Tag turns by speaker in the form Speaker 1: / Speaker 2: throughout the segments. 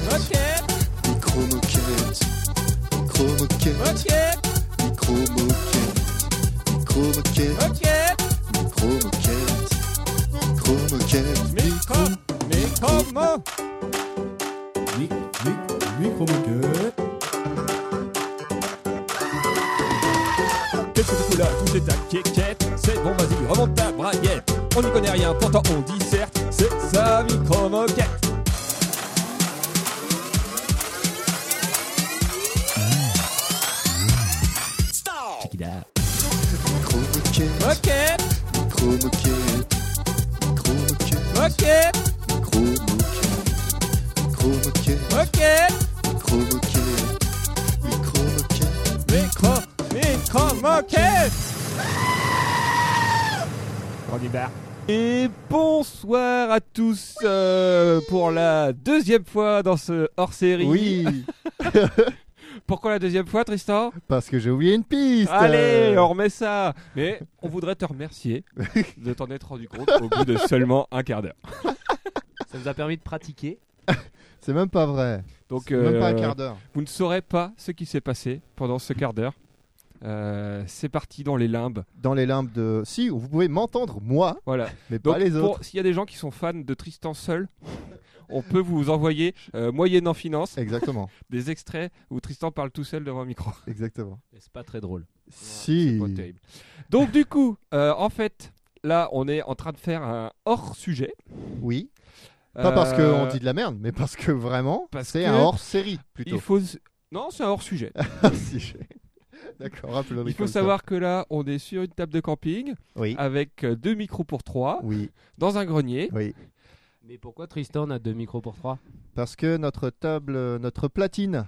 Speaker 1: Micro-moquette. Micro-moquette. Micro-moquette. Micro-moquette. Micro-moquette. Micro-moquette. Micro-moquette.
Speaker 2: Micro-moquette. Qu'est-ce que tu fous là Toucher ta quéquette C'est bon, vas-y, remonte ta braguette On n'y connaît rien, pourtant on disserte C'est ça, micro-moquette Check it out.
Speaker 1: Micro-moquette.
Speaker 3: Moquette,
Speaker 1: Micro-moquette. Micro-moquette. Micro-moquette.
Speaker 3: moquette,
Speaker 1: Micro-moquette.
Speaker 3: moquette,
Speaker 1: Micro-moquette. Micro-moquette.
Speaker 3: micro, micro, moquette. Ah Et bonsoir à tous euh, pour la deuxième fois dans ce hors-série.
Speaker 4: Oui,
Speaker 3: Pourquoi la deuxième fois, Tristan
Speaker 4: parce que j'ai oublié une piste.
Speaker 3: Allez, on remet ça. Mais on voudrait te remercier de t'en être rendu compte au bout de seulement un quart d'heure.
Speaker 5: Ça nous a permis de pratiquer.
Speaker 4: C'est même pas vrai.
Speaker 3: Donc
Speaker 4: C'est Même pas un
Speaker 3: euh,
Speaker 4: quart d'heure.
Speaker 3: Vous ne saurez pas ce qui s'est passé pendant ce quart d'heure. Euh, c'est parti dans les limbes.
Speaker 4: Dans les limbes de. Si, vous pouvez m'entendre moi,
Speaker 3: Voilà.
Speaker 4: mais
Speaker 3: Donc,
Speaker 4: pas les
Speaker 3: pour-
Speaker 4: autres.
Speaker 3: s'il y a des gens qui sont fans de Tristan seul, on peut vous envoyer, euh, moyennant finance,
Speaker 4: Exactement,
Speaker 3: des extraits où Tristan parle tout seul devant un micro.
Speaker 4: exactement.
Speaker 5: C'est pas très drôle.
Speaker 4: Si.
Speaker 3: Pas terrible. Donc, du coup, euh, en fait, là, on est en train de faire un hors sujet.
Speaker 4: Oui. Pas parce
Speaker 3: Euh,
Speaker 4: qu'on dit de la merde, mais parce que vraiment,
Speaker 3: parce
Speaker 4: c'est
Speaker 3: que
Speaker 4: un hors-série plutôt.
Speaker 3: Il faut. s- Non, c'est un hors sujet.
Speaker 4: Si j'ai- D'accord, rappelons
Speaker 3: Il faut savoir que là, on est sur une table de camping
Speaker 4: Oui.
Speaker 3: avec euh, deux micros pour trois,
Speaker 4: Oui,
Speaker 3: dans un grenier.
Speaker 4: oui.
Speaker 5: Mais pourquoi Tristan a deux micros pour trois
Speaker 4: Parce que notre table, euh, notre platine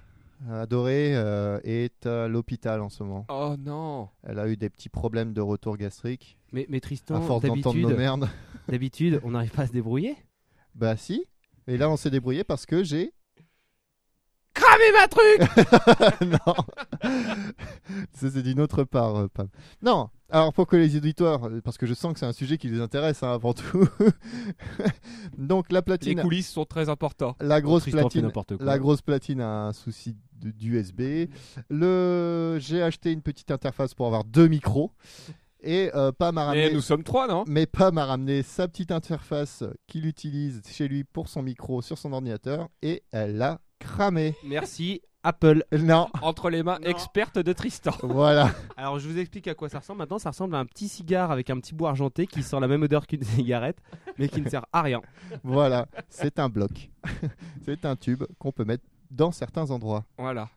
Speaker 4: euh, adorée euh, est à l'hôpital en ce moment.
Speaker 3: Oh non
Speaker 4: Elle a eu des petits problèmes de retour gastrique
Speaker 5: mais, mais
Speaker 4: à
Speaker 5: Tristan,
Speaker 4: force d'entendre nos
Speaker 5: d'habitude,
Speaker 4: merdes.
Speaker 5: d'habitude, on n'arrive pas à se débrouiller.
Speaker 4: Bah si. Et là, on s'est débrouillé parce que j'ai
Speaker 3: Cramez Ah, ma truc
Speaker 4: non. Ça, c'est d'une autre part, euh, Pam. Non. Alors, pour que les auditeurs, euh, parce que je sens que c'est un sujet qui les intéresse hein, avant tout. Donc, la
Speaker 3: Les
Speaker 4: platine,
Speaker 3: coulisses sont très importantes.
Speaker 4: la grosse
Speaker 5: Tristan fait
Speaker 4: platine,
Speaker 5: n'importe quoi.
Speaker 4: la grosse platine a un souci de- d'USB. Le, j'ai acheté une petite interface pour avoir deux micros et euh, Pam a
Speaker 3: Mais
Speaker 4: ramené.
Speaker 3: nous sommes trois, non
Speaker 4: Mais Pam a ramené sa petite interface qu'il utilise chez lui pour son micro sur son ordinateur et elle l'a cramé.
Speaker 5: Merci Apple.
Speaker 4: Non,
Speaker 3: Entre les mains
Speaker 5: Non.
Speaker 3: expertes de Tristan.
Speaker 4: voilà.
Speaker 5: Alors je vous explique à quoi ça ressemble maintenant. Ça ressemble à un petit cigare avec un petit bout argenté qui sort la même odeur qu'une cigarette, mais qui ne sert à rien.
Speaker 4: Voilà, c'est un bloc. c'est un tube qu'on peut mettre dans certains endroits.
Speaker 3: Voilà.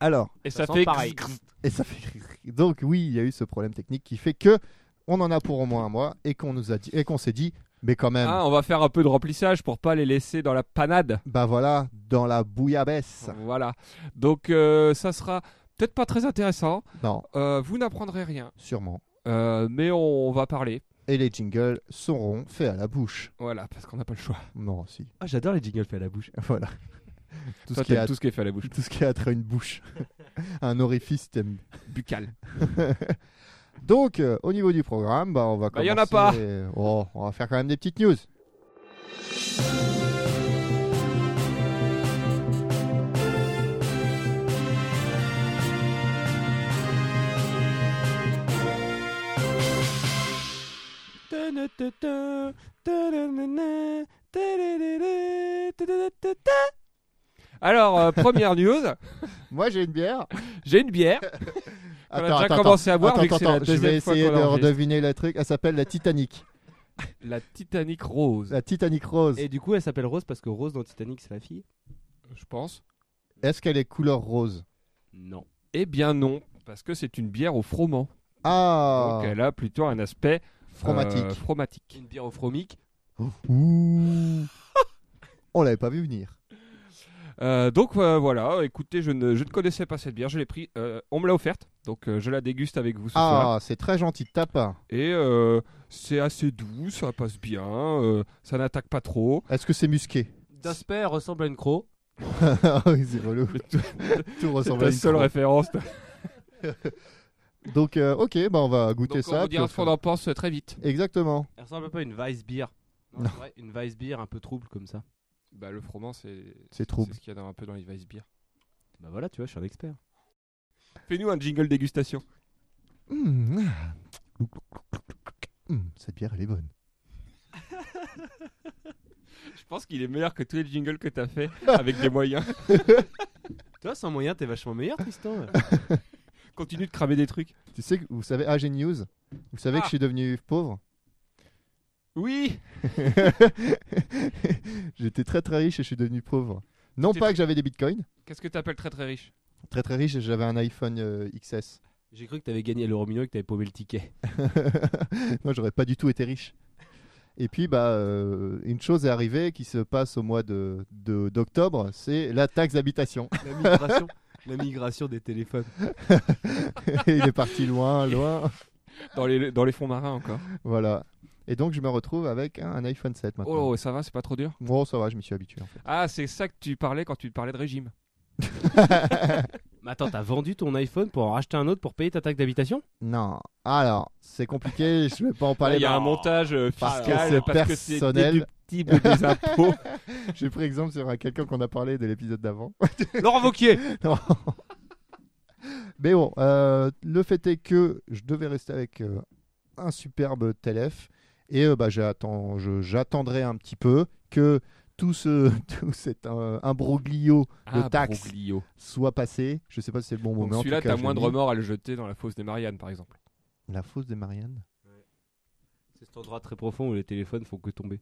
Speaker 4: Alors,
Speaker 3: Et ça,
Speaker 5: sent
Speaker 3: fait
Speaker 5: pareil.
Speaker 3: grrr, grrr.
Speaker 4: et ça fait donc oui, il y a eu ce problème technique qui fait que on en a pour au moins un mois et qu'on nous a dit et qu'on s'est dit mais quand même
Speaker 3: Ah, on va faire un peu de remplissage pour pas les laisser dans la panade.
Speaker 4: bah voilà dans la bouillabaisse.
Speaker 3: Voilà. Donc euh, ça sera peut-être pas très intéressant.
Speaker 4: Non,
Speaker 3: Euh, vous n'apprendrez rien.
Speaker 4: sûrement.
Speaker 3: Euh, mais on, on va parler.
Speaker 4: Et les jingles seront faits à la bouche.
Speaker 3: Voilà, parce qu'on n'a pas le choix.
Speaker 4: Non, si.
Speaker 5: Ah, j'adore les jingles faits à la bouche.
Speaker 4: Voilà. Tout ce,
Speaker 3: Toi,
Speaker 4: qui
Speaker 3: t'aimes
Speaker 4: a,
Speaker 3: tout ce qui est fait à la bouche
Speaker 4: tout ce qui a trait à une bouche. un orifice t'aimes.
Speaker 3: buccale.
Speaker 4: Donc, euh, au niveau du programme, bah, on va
Speaker 3: Bah,
Speaker 4: commencer.
Speaker 3: y en a pas.
Speaker 4: Oh, on va faire quand même des petites news.
Speaker 3: Alors, euh, première news.
Speaker 4: Moi, j'ai une bière.
Speaker 3: J'ai une bière. On a déjà commencé à boire,
Speaker 4: attends,
Speaker 3: vu que c'est la
Speaker 4: attends, je vais
Speaker 3: deuxième fois
Speaker 4: essayer
Speaker 3: qu'on
Speaker 4: de
Speaker 3: l'enregistre.
Speaker 4: redeviner le truc. Elle s'appelle la Titanic.
Speaker 3: La Titanic Rose,
Speaker 4: La Titanic Rose.
Speaker 5: Et du coup, elle s'appelle Rose parce que Rose dans Titanic, c'est la fille
Speaker 3: je pense.
Speaker 4: Est-ce qu'elle est couleur rose
Speaker 5: Non.
Speaker 3: Eh bien non, parce que c'est une bière au froment.
Speaker 4: Ah
Speaker 3: Donc elle a plutôt un aspect
Speaker 4: Fromatique.
Speaker 3: euh, fromatique.
Speaker 5: Une bière au fromique
Speaker 4: Ouh. On l'avait pas vu venir.
Speaker 3: Euh, donc euh, voilà, écoutez, je ne, je ne connaissais pas cette bière, je l'ai pris, euh, on me l'a offerte, donc euh, je la déguste avec vous ce soir.
Speaker 4: Ah, c'est très gentil de ta part.
Speaker 3: Et euh, c'est assez doux, ça passe bien, euh, ça n'attaque pas trop.
Speaker 4: Est-ce que c'est musqué
Speaker 5: D'aspect, elle ressemble à une croc.
Speaker 4: Ah oui, c'est relou. Tout
Speaker 3: C'est
Speaker 4: ressemble à
Speaker 3: la
Speaker 4: une
Speaker 3: seule
Speaker 4: croix.
Speaker 3: référence.
Speaker 4: Donc, euh, ok, bah, on va goûter
Speaker 3: donc on
Speaker 4: ça.
Speaker 3: vous
Speaker 4: puis
Speaker 3: dira
Speaker 4: on
Speaker 3: ce qu'on
Speaker 4: fera-
Speaker 3: en pense euh, très vite.
Speaker 4: Exactement.
Speaker 5: Elle ressemble un peu à une Weiss beer. Non, c'est vrai, une Weiss beer un peu trouble comme ça.
Speaker 3: Bah, le froment, c'est
Speaker 4: C'est trouble.
Speaker 3: c'est ce qu'il y a dans- un peu dans les Weissbier.
Speaker 5: Bah voilà, tu vois, je suis un expert.
Speaker 3: Fais-nous un jingle dégustation.
Speaker 4: Mmh, ah. Mmh, cette bière, elle est bonne.
Speaker 3: Je pense qu'il est meilleur que tous les jingles que t'as fait avec des moyens.
Speaker 5: Toi, sans moyen, t'es vachement meilleur, Tristan.
Speaker 3: Continue de cramer des trucs.
Speaker 4: Tu sais que vous savez, ah, j'ai une news. Vous savez que
Speaker 3: Ah.
Speaker 4: je suis devenu pauvre.
Speaker 3: Oui
Speaker 4: J'étais très très riche et je suis devenu pauvre. Non
Speaker 3: T'es-
Speaker 4: pas que j'avais des bitcoins.
Speaker 3: Qu'est-ce que t'appelles très très riche
Speaker 4: Très très riche, et j'avais un iPhone euh, XS.
Speaker 5: J'ai cru que t'avais gagné l'euro million et que t'avais paumé le ticket.
Speaker 4: non, j'aurais pas du tout été riche. Et puis, bah, euh, une chose est arrivée qui se passe au mois de de- d'octobre, c'est la taxe d'habitation.
Speaker 5: La migration, la migration des téléphones.
Speaker 4: Et Il est parti loin, loin.
Speaker 3: dans les, dans les fonds marins encore.
Speaker 4: Voilà. Et donc, je me retrouve avec un, un iPhone 7 maintenant.
Speaker 3: Oh, ça va, c'est pas trop dur
Speaker 4: Bon, ça va, je m'y suis habitué en fait.
Speaker 3: Ah, c'est ça que tu parlais quand tu parlais de régime.
Speaker 5: Mais attends, t'as vendu ton iPhone pour en racheter un autre pour payer ta taxe d'habitation
Speaker 4: Non. Alors, c'est compliqué, je vais pas en
Speaker 3: Là,
Speaker 4: parler.
Speaker 3: Il y a un montage euh,
Speaker 4: parce que
Speaker 3: fiscal
Speaker 4: c'est
Speaker 3: parce que c'est
Speaker 4: personnel.
Speaker 3: déductible des impôts.
Speaker 4: J'ai pris exemple sur un- quelqu'un qu'on a parlé de l'épisode d'avant.
Speaker 5: Laurent Vauquier
Speaker 4: Non. Mais bon, euh, le fait est que je devais rester avec euh, un superbe TLF et euh, bah, j'attends, je- j'attendrai un petit peu que tout, ce, tout cet euh, imbroglio
Speaker 3: Ah,
Speaker 4: taxe.
Speaker 3: Broglio.
Speaker 4: soit passé. Je sais pas si c'est le bon
Speaker 3: Donc
Speaker 4: moment. en
Speaker 3: celui-là,
Speaker 4: tout cas,
Speaker 3: t'as
Speaker 4: je
Speaker 3: moins de
Speaker 4: l'ai mis.
Speaker 3: remords à le jeter dans la fosse des Mariannes, par exemple.
Speaker 4: La fausse de Marianne.
Speaker 5: C'est cet endroit très profond où les téléphones font que tomber.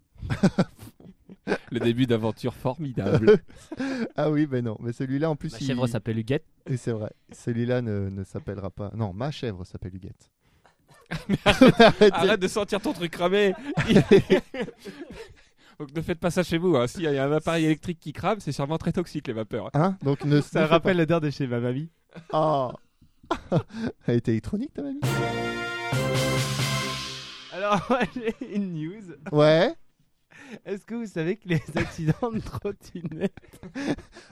Speaker 3: Le début d'aventure formidable.
Speaker 4: Ah oui, mais non. Mais celui-là, en plus,
Speaker 5: Ma
Speaker 4: il-
Speaker 5: chèvre s'appelle Huguette.
Speaker 4: Et c'est vrai. Celui-là ne, ne s'appellera pas. Non, ma chèvre s'appelle Huguette.
Speaker 3: Arrête de sentir ton truc cramé. Donc ne faites pas ça chez vous. Hein. S'il y a un appareil électrique qui crame, c'est sûrement très toxique les vapeurs.
Speaker 4: Hein Donc ne. ne fais
Speaker 5: l'odeur de chez ma mamie.
Speaker 4: pas- Ah. Elle était électronique, ta mamie
Speaker 5: Alors, j'ai une news.
Speaker 4: Ouais.
Speaker 5: Est-ce que vous savez que les accidents de trottinette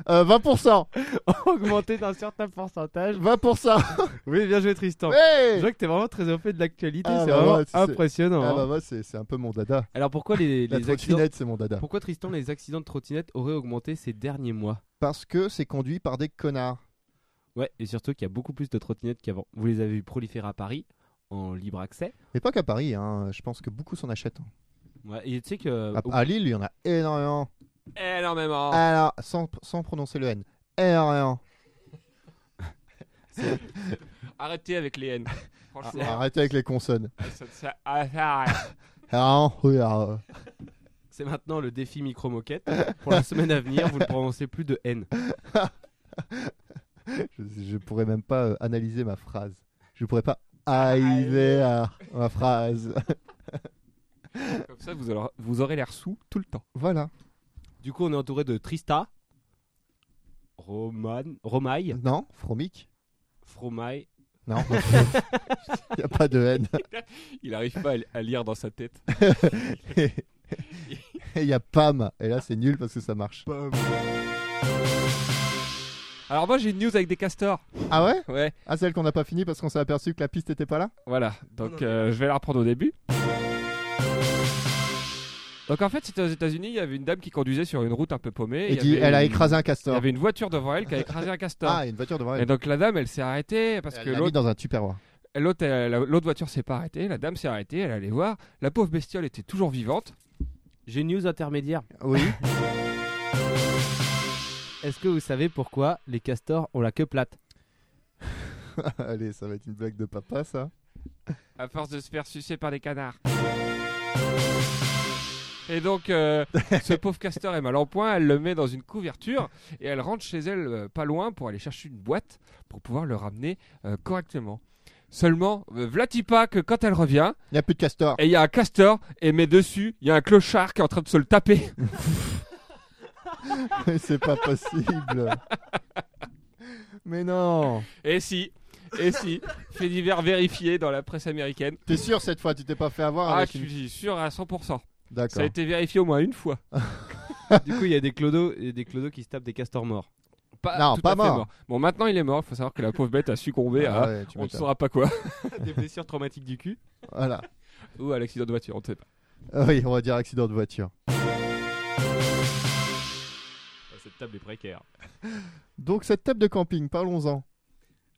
Speaker 4: Euh, 20%.
Speaker 5: ont augmenté d'un certain pourcentage
Speaker 4: 20%.
Speaker 5: Oui, bien joué, Tristan. Je
Speaker 4: Hey
Speaker 5: vois que t'es vraiment très au fait de l'actualité,
Speaker 4: Ah
Speaker 5: c'est
Speaker 4: bah
Speaker 5: vraiment
Speaker 4: ouais, c'est-
Speaker 5: impressionnant.
Speaker 4: ah
Speaker 5: hein.
Speaker 4: bah ouais, c'est c'est un peu mon dada.
Speaker 5: Alors pourquoi les,
Speaker 4: La
Speaker 5: les accidents
Speaker 4: trottinette, c'est mon dada.
Speaker 5: Pourquoi Tristan les accidents de trottinette auraient augmenté ces derniers mois
Speaker 4: Parce que c'est conduit par des connards.
Speaker 5: Ouais, et surtout qu'il y a beaucoup plus de trottinettes qu'avant. Vous les avez vu proliférer à Paris en libre accès.
Speaker 4: Mais pas qu'à Paris, hein. je pense que beaucoup s'en achètent. hein.
Speaker 5: Ouais, et tu sais que
Speaker 4: À, à Lille, il y en a énormément.
Speaker 3: Énormément.
Speaker 5: Ah.
Speaker 4: Alors, sans, sans prononcer le N. Énormément.
Speaker 3: Arrêtez avec les haines.
Speaker 4: Ah,
Speaker 3: Franchement,
Speaker 4: Arrêtez avec les consonnes.
Speaker 3: ça- ça- ah, ça-
Speaker 4: Ah, oui, ah,
Speaker 5: c'est maintenant le défi micro moquette pour la semaine à venir. Vous ne prononcez plus de N.
Speaker 4: je, je pourrais même pas euh, analyser ma phrase. Je pourrais pas arriver à ma phrase.
Speaker 3: Comme ça, vous aurez, vous aurez l'air sous tout le temps.
Speaker 4: Voilà.
Speaker 5: Du coup, on est entouré de Trista, Roman, Romaille,
Speaker 4: Non, fromique.
Speaker 5: Fromaille.
Speaker 4: Non. Il n'y a pas de haine.
Speaker 3: Il arrive pas à, à lire dans sa tête.
Speaker 4: Et il y a Pam. Et là, c'est nul parce que ça marche.
Speaker 3: Alors moi, j'ai une news avec des castors.
Speaker 4: Ah ouais
Speaker 3: Ouais.
Speaker 4: Ah, celle qu'on n'a pas fini parce qu'on s'est aperçu que la piste n'était pas là
Speaker 3: Voilà, donc euh, je vais la reprendre au début. Donc en fait, c'était aux États-Unis, il y avait une dame qui conduisait sur une route un peu paumée.
Speaker 4: Et
Speaker 3: il y
Speaker 4: dit,
Speaker 3: avait
Speaker 4: elle a
Speaker 3: une-
Speaker 4: écrasé un
Speaker 3: Il y
Speaker 4: castor.
Speaker 3: avait une voiture devant elle qui a écrasé un castor.
Speaker 4: Ah, une voiture devant
Speaker 3: Et
Speaker 4: elle.
Speaker 3: donc la dame, elle s'est arrêtée parce que
Speaker 4: Elle l'a mis
Speaker 3: l'autre
Speaker 4: dans un tupperware.
Speaker 3: l'autre, elle- la- l'autre voiture s'est pas arrêtée. La dame s'est arrêtée, elle allait voir. La pauvre bestiole était toujours vivante.
Speaker 5: J'ai une news intermédiaire.
Speaker 4: Oui.
Speaker 5: Est-ce que vous savez pourquoi les castors ont la queue plate
Speaker 4: Allez, ça va être une blague de papa, ça.
Speaker 3: À force de se faire sucer par des canards. Et donc, euh, ce pauvre castor est mal en point, elle le met dans une couverture et elle rentre chez elle euh, pas loin pour aller chercher une boîte pour pouvoir le ramener euh, correctement. Seulement, euh, vlati pas que quand elle revient,
Speaker 4: Il n'y a plus de castor.
Speaker 3: et il y a un castor, et mais dessus, il y a un clochard qui est en train de se le taper.
Speaker 4: Mais c'est pas possible. Mais non.
Speaker 3: Et si, et si, fait divers vérifié dans la presse américaine.
Speaker 4: T'es sûr cette fois, tu t'es pas fait avoir
Speaker 3: Ah,
Speaker 4: avec
Speaker 3: je
Speaker 4: une-
Speaker 3: suis sûr à 100%. Ça
Speaker 4: D'accord.
Speaker 3: a été vérifié au moins une fois.
Speaker 5: Du coup, il y a des clodos, il y a des clodos qui se tapent des castors morts.
Speaker 3: Pas,
Speaker 4: Non,
Speaker 3: tout
Speaker 4: pas
Speaker 3: à fait
Speaker 4: mort.
Speaker 3: Bon, maintenant il est mort. Il faut savoir que la pauvre bête a succombé à.
Speaker 4: Ah ouais, tu
Speaker 3: hein. on ne
Speaker 4: m'étonnes.
Speaker 3: saura pas quoi.
Speaker 5: des blessures traumatiques du cul.
Speaker 4: Voilà.
Speaker 3: Ou à l'accident de voiture, on ne sait pas.
Speaker 4: Ah Oui, on va dire accident de voiture.
Speaker 5: Cette table est précaire.
Speaker 4: Donc cette table de camping, parlons-en.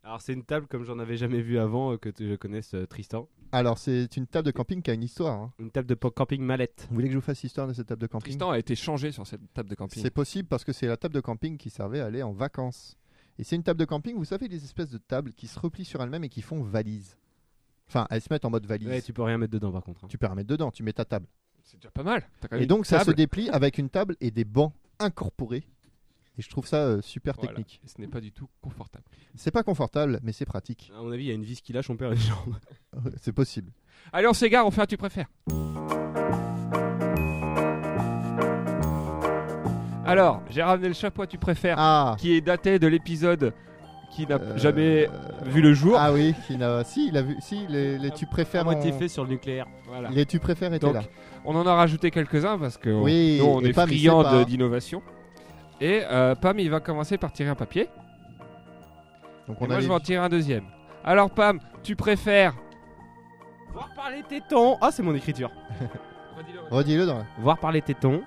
Speaker 5: Alors c'est une table comme j'en avais jamais vu avant euh, que t- je connaisse euh, Tristan.
Speaker 4: Alors c'est une table de camping qui a une histoire. hein.
Speaker 5: Une table de po- camping mallette.
Speaker 4: Vous voulez que je vous fasse l'histoire de cette table de camping
Speaker 3: Tristan a été changé sur cette table de camping.
Speaker 4: C'est possible parce que c'est la table de camping qui servait à aller en vacances. Et c'est une table de camping, vous savez, des espèces de tables qui se replient sur elles-mêmes et qui font valise. Enfin, elles se mettent en mode valise.
Speaker 5: Ouais, tu peux rien mettre dedans par contre. hein.
Speaker 4: Tu peux remettre dedans, tu mets ta table.
Speaker 3: C'est déjà pas mal. T'as quand même
Speaker 4: Et
Speaker 3: une
Speaker 4: donc ça se
Speaker 3: Ah table.
Speaker 4: déplie avec une table et des bancs incorporés. Et je trouve ça euh, super
Speaker 3: Voilà.
Speaker 4: technique.
Speaker 3: Et Ce n'est pas du tout confortable.
Speaker 4: C'est pas confortable, mais c'est pratique.
Speaker 5: À mon avis, il y a une vis qui lâche, on perd les jambes.
Speaker 4: C'est possible.
Speaker 3: Allez, on s'égare, on fait un tu préfères. Alors, j'ai ramené le chapeau à tu préfères,
Speaker 4: Ah
Speaker 3: qui est daté de l'épisode qui n'a
Speaker 4: Euh,
Speaker 3: jamais
Speaker 4: euh,
Speaker 3: vu le jour.
Speaker 4: Ah oui, qui n'a- si, il a vu. Si, les, les tu préfères.
Speaker 5: moitié
Speaker 4: ont-
Speaker 5: fait sur le nucléaire.
Speaker 3: Voilà.
Speaker 4: Les tu préfères étaient
Speaker 3: Donc,
Speaker 4: là.
Speaker 3: On en a rajouté quelques-uns parce que
Speaker 4: Oui,
Speaker 3: nous, on
Speaker 4: et
Speaker 3: est
Speaker 4: Pam, il
Speaker 3: friands
Speaker 4: sait pas.
Speaker 3: de- d'innovation. Et euh, Pam, il va commencer par tirer un papier.
Speaker 4: Donc
Speaker 3: Et
Speaker 4: on
Speaker 3: moi,
Speaker 4: a.
Speaker 3: je
Speaker 4: les-
Speaker 3: vais en tirer un deuxième. Alors, Pam, tu préfères.
Speaker 5: Voir par les tétons. Ah, c'est mon écriture.
Speaker 4: Redis-le dans. la-
Speaker 5: Voir par les tétons.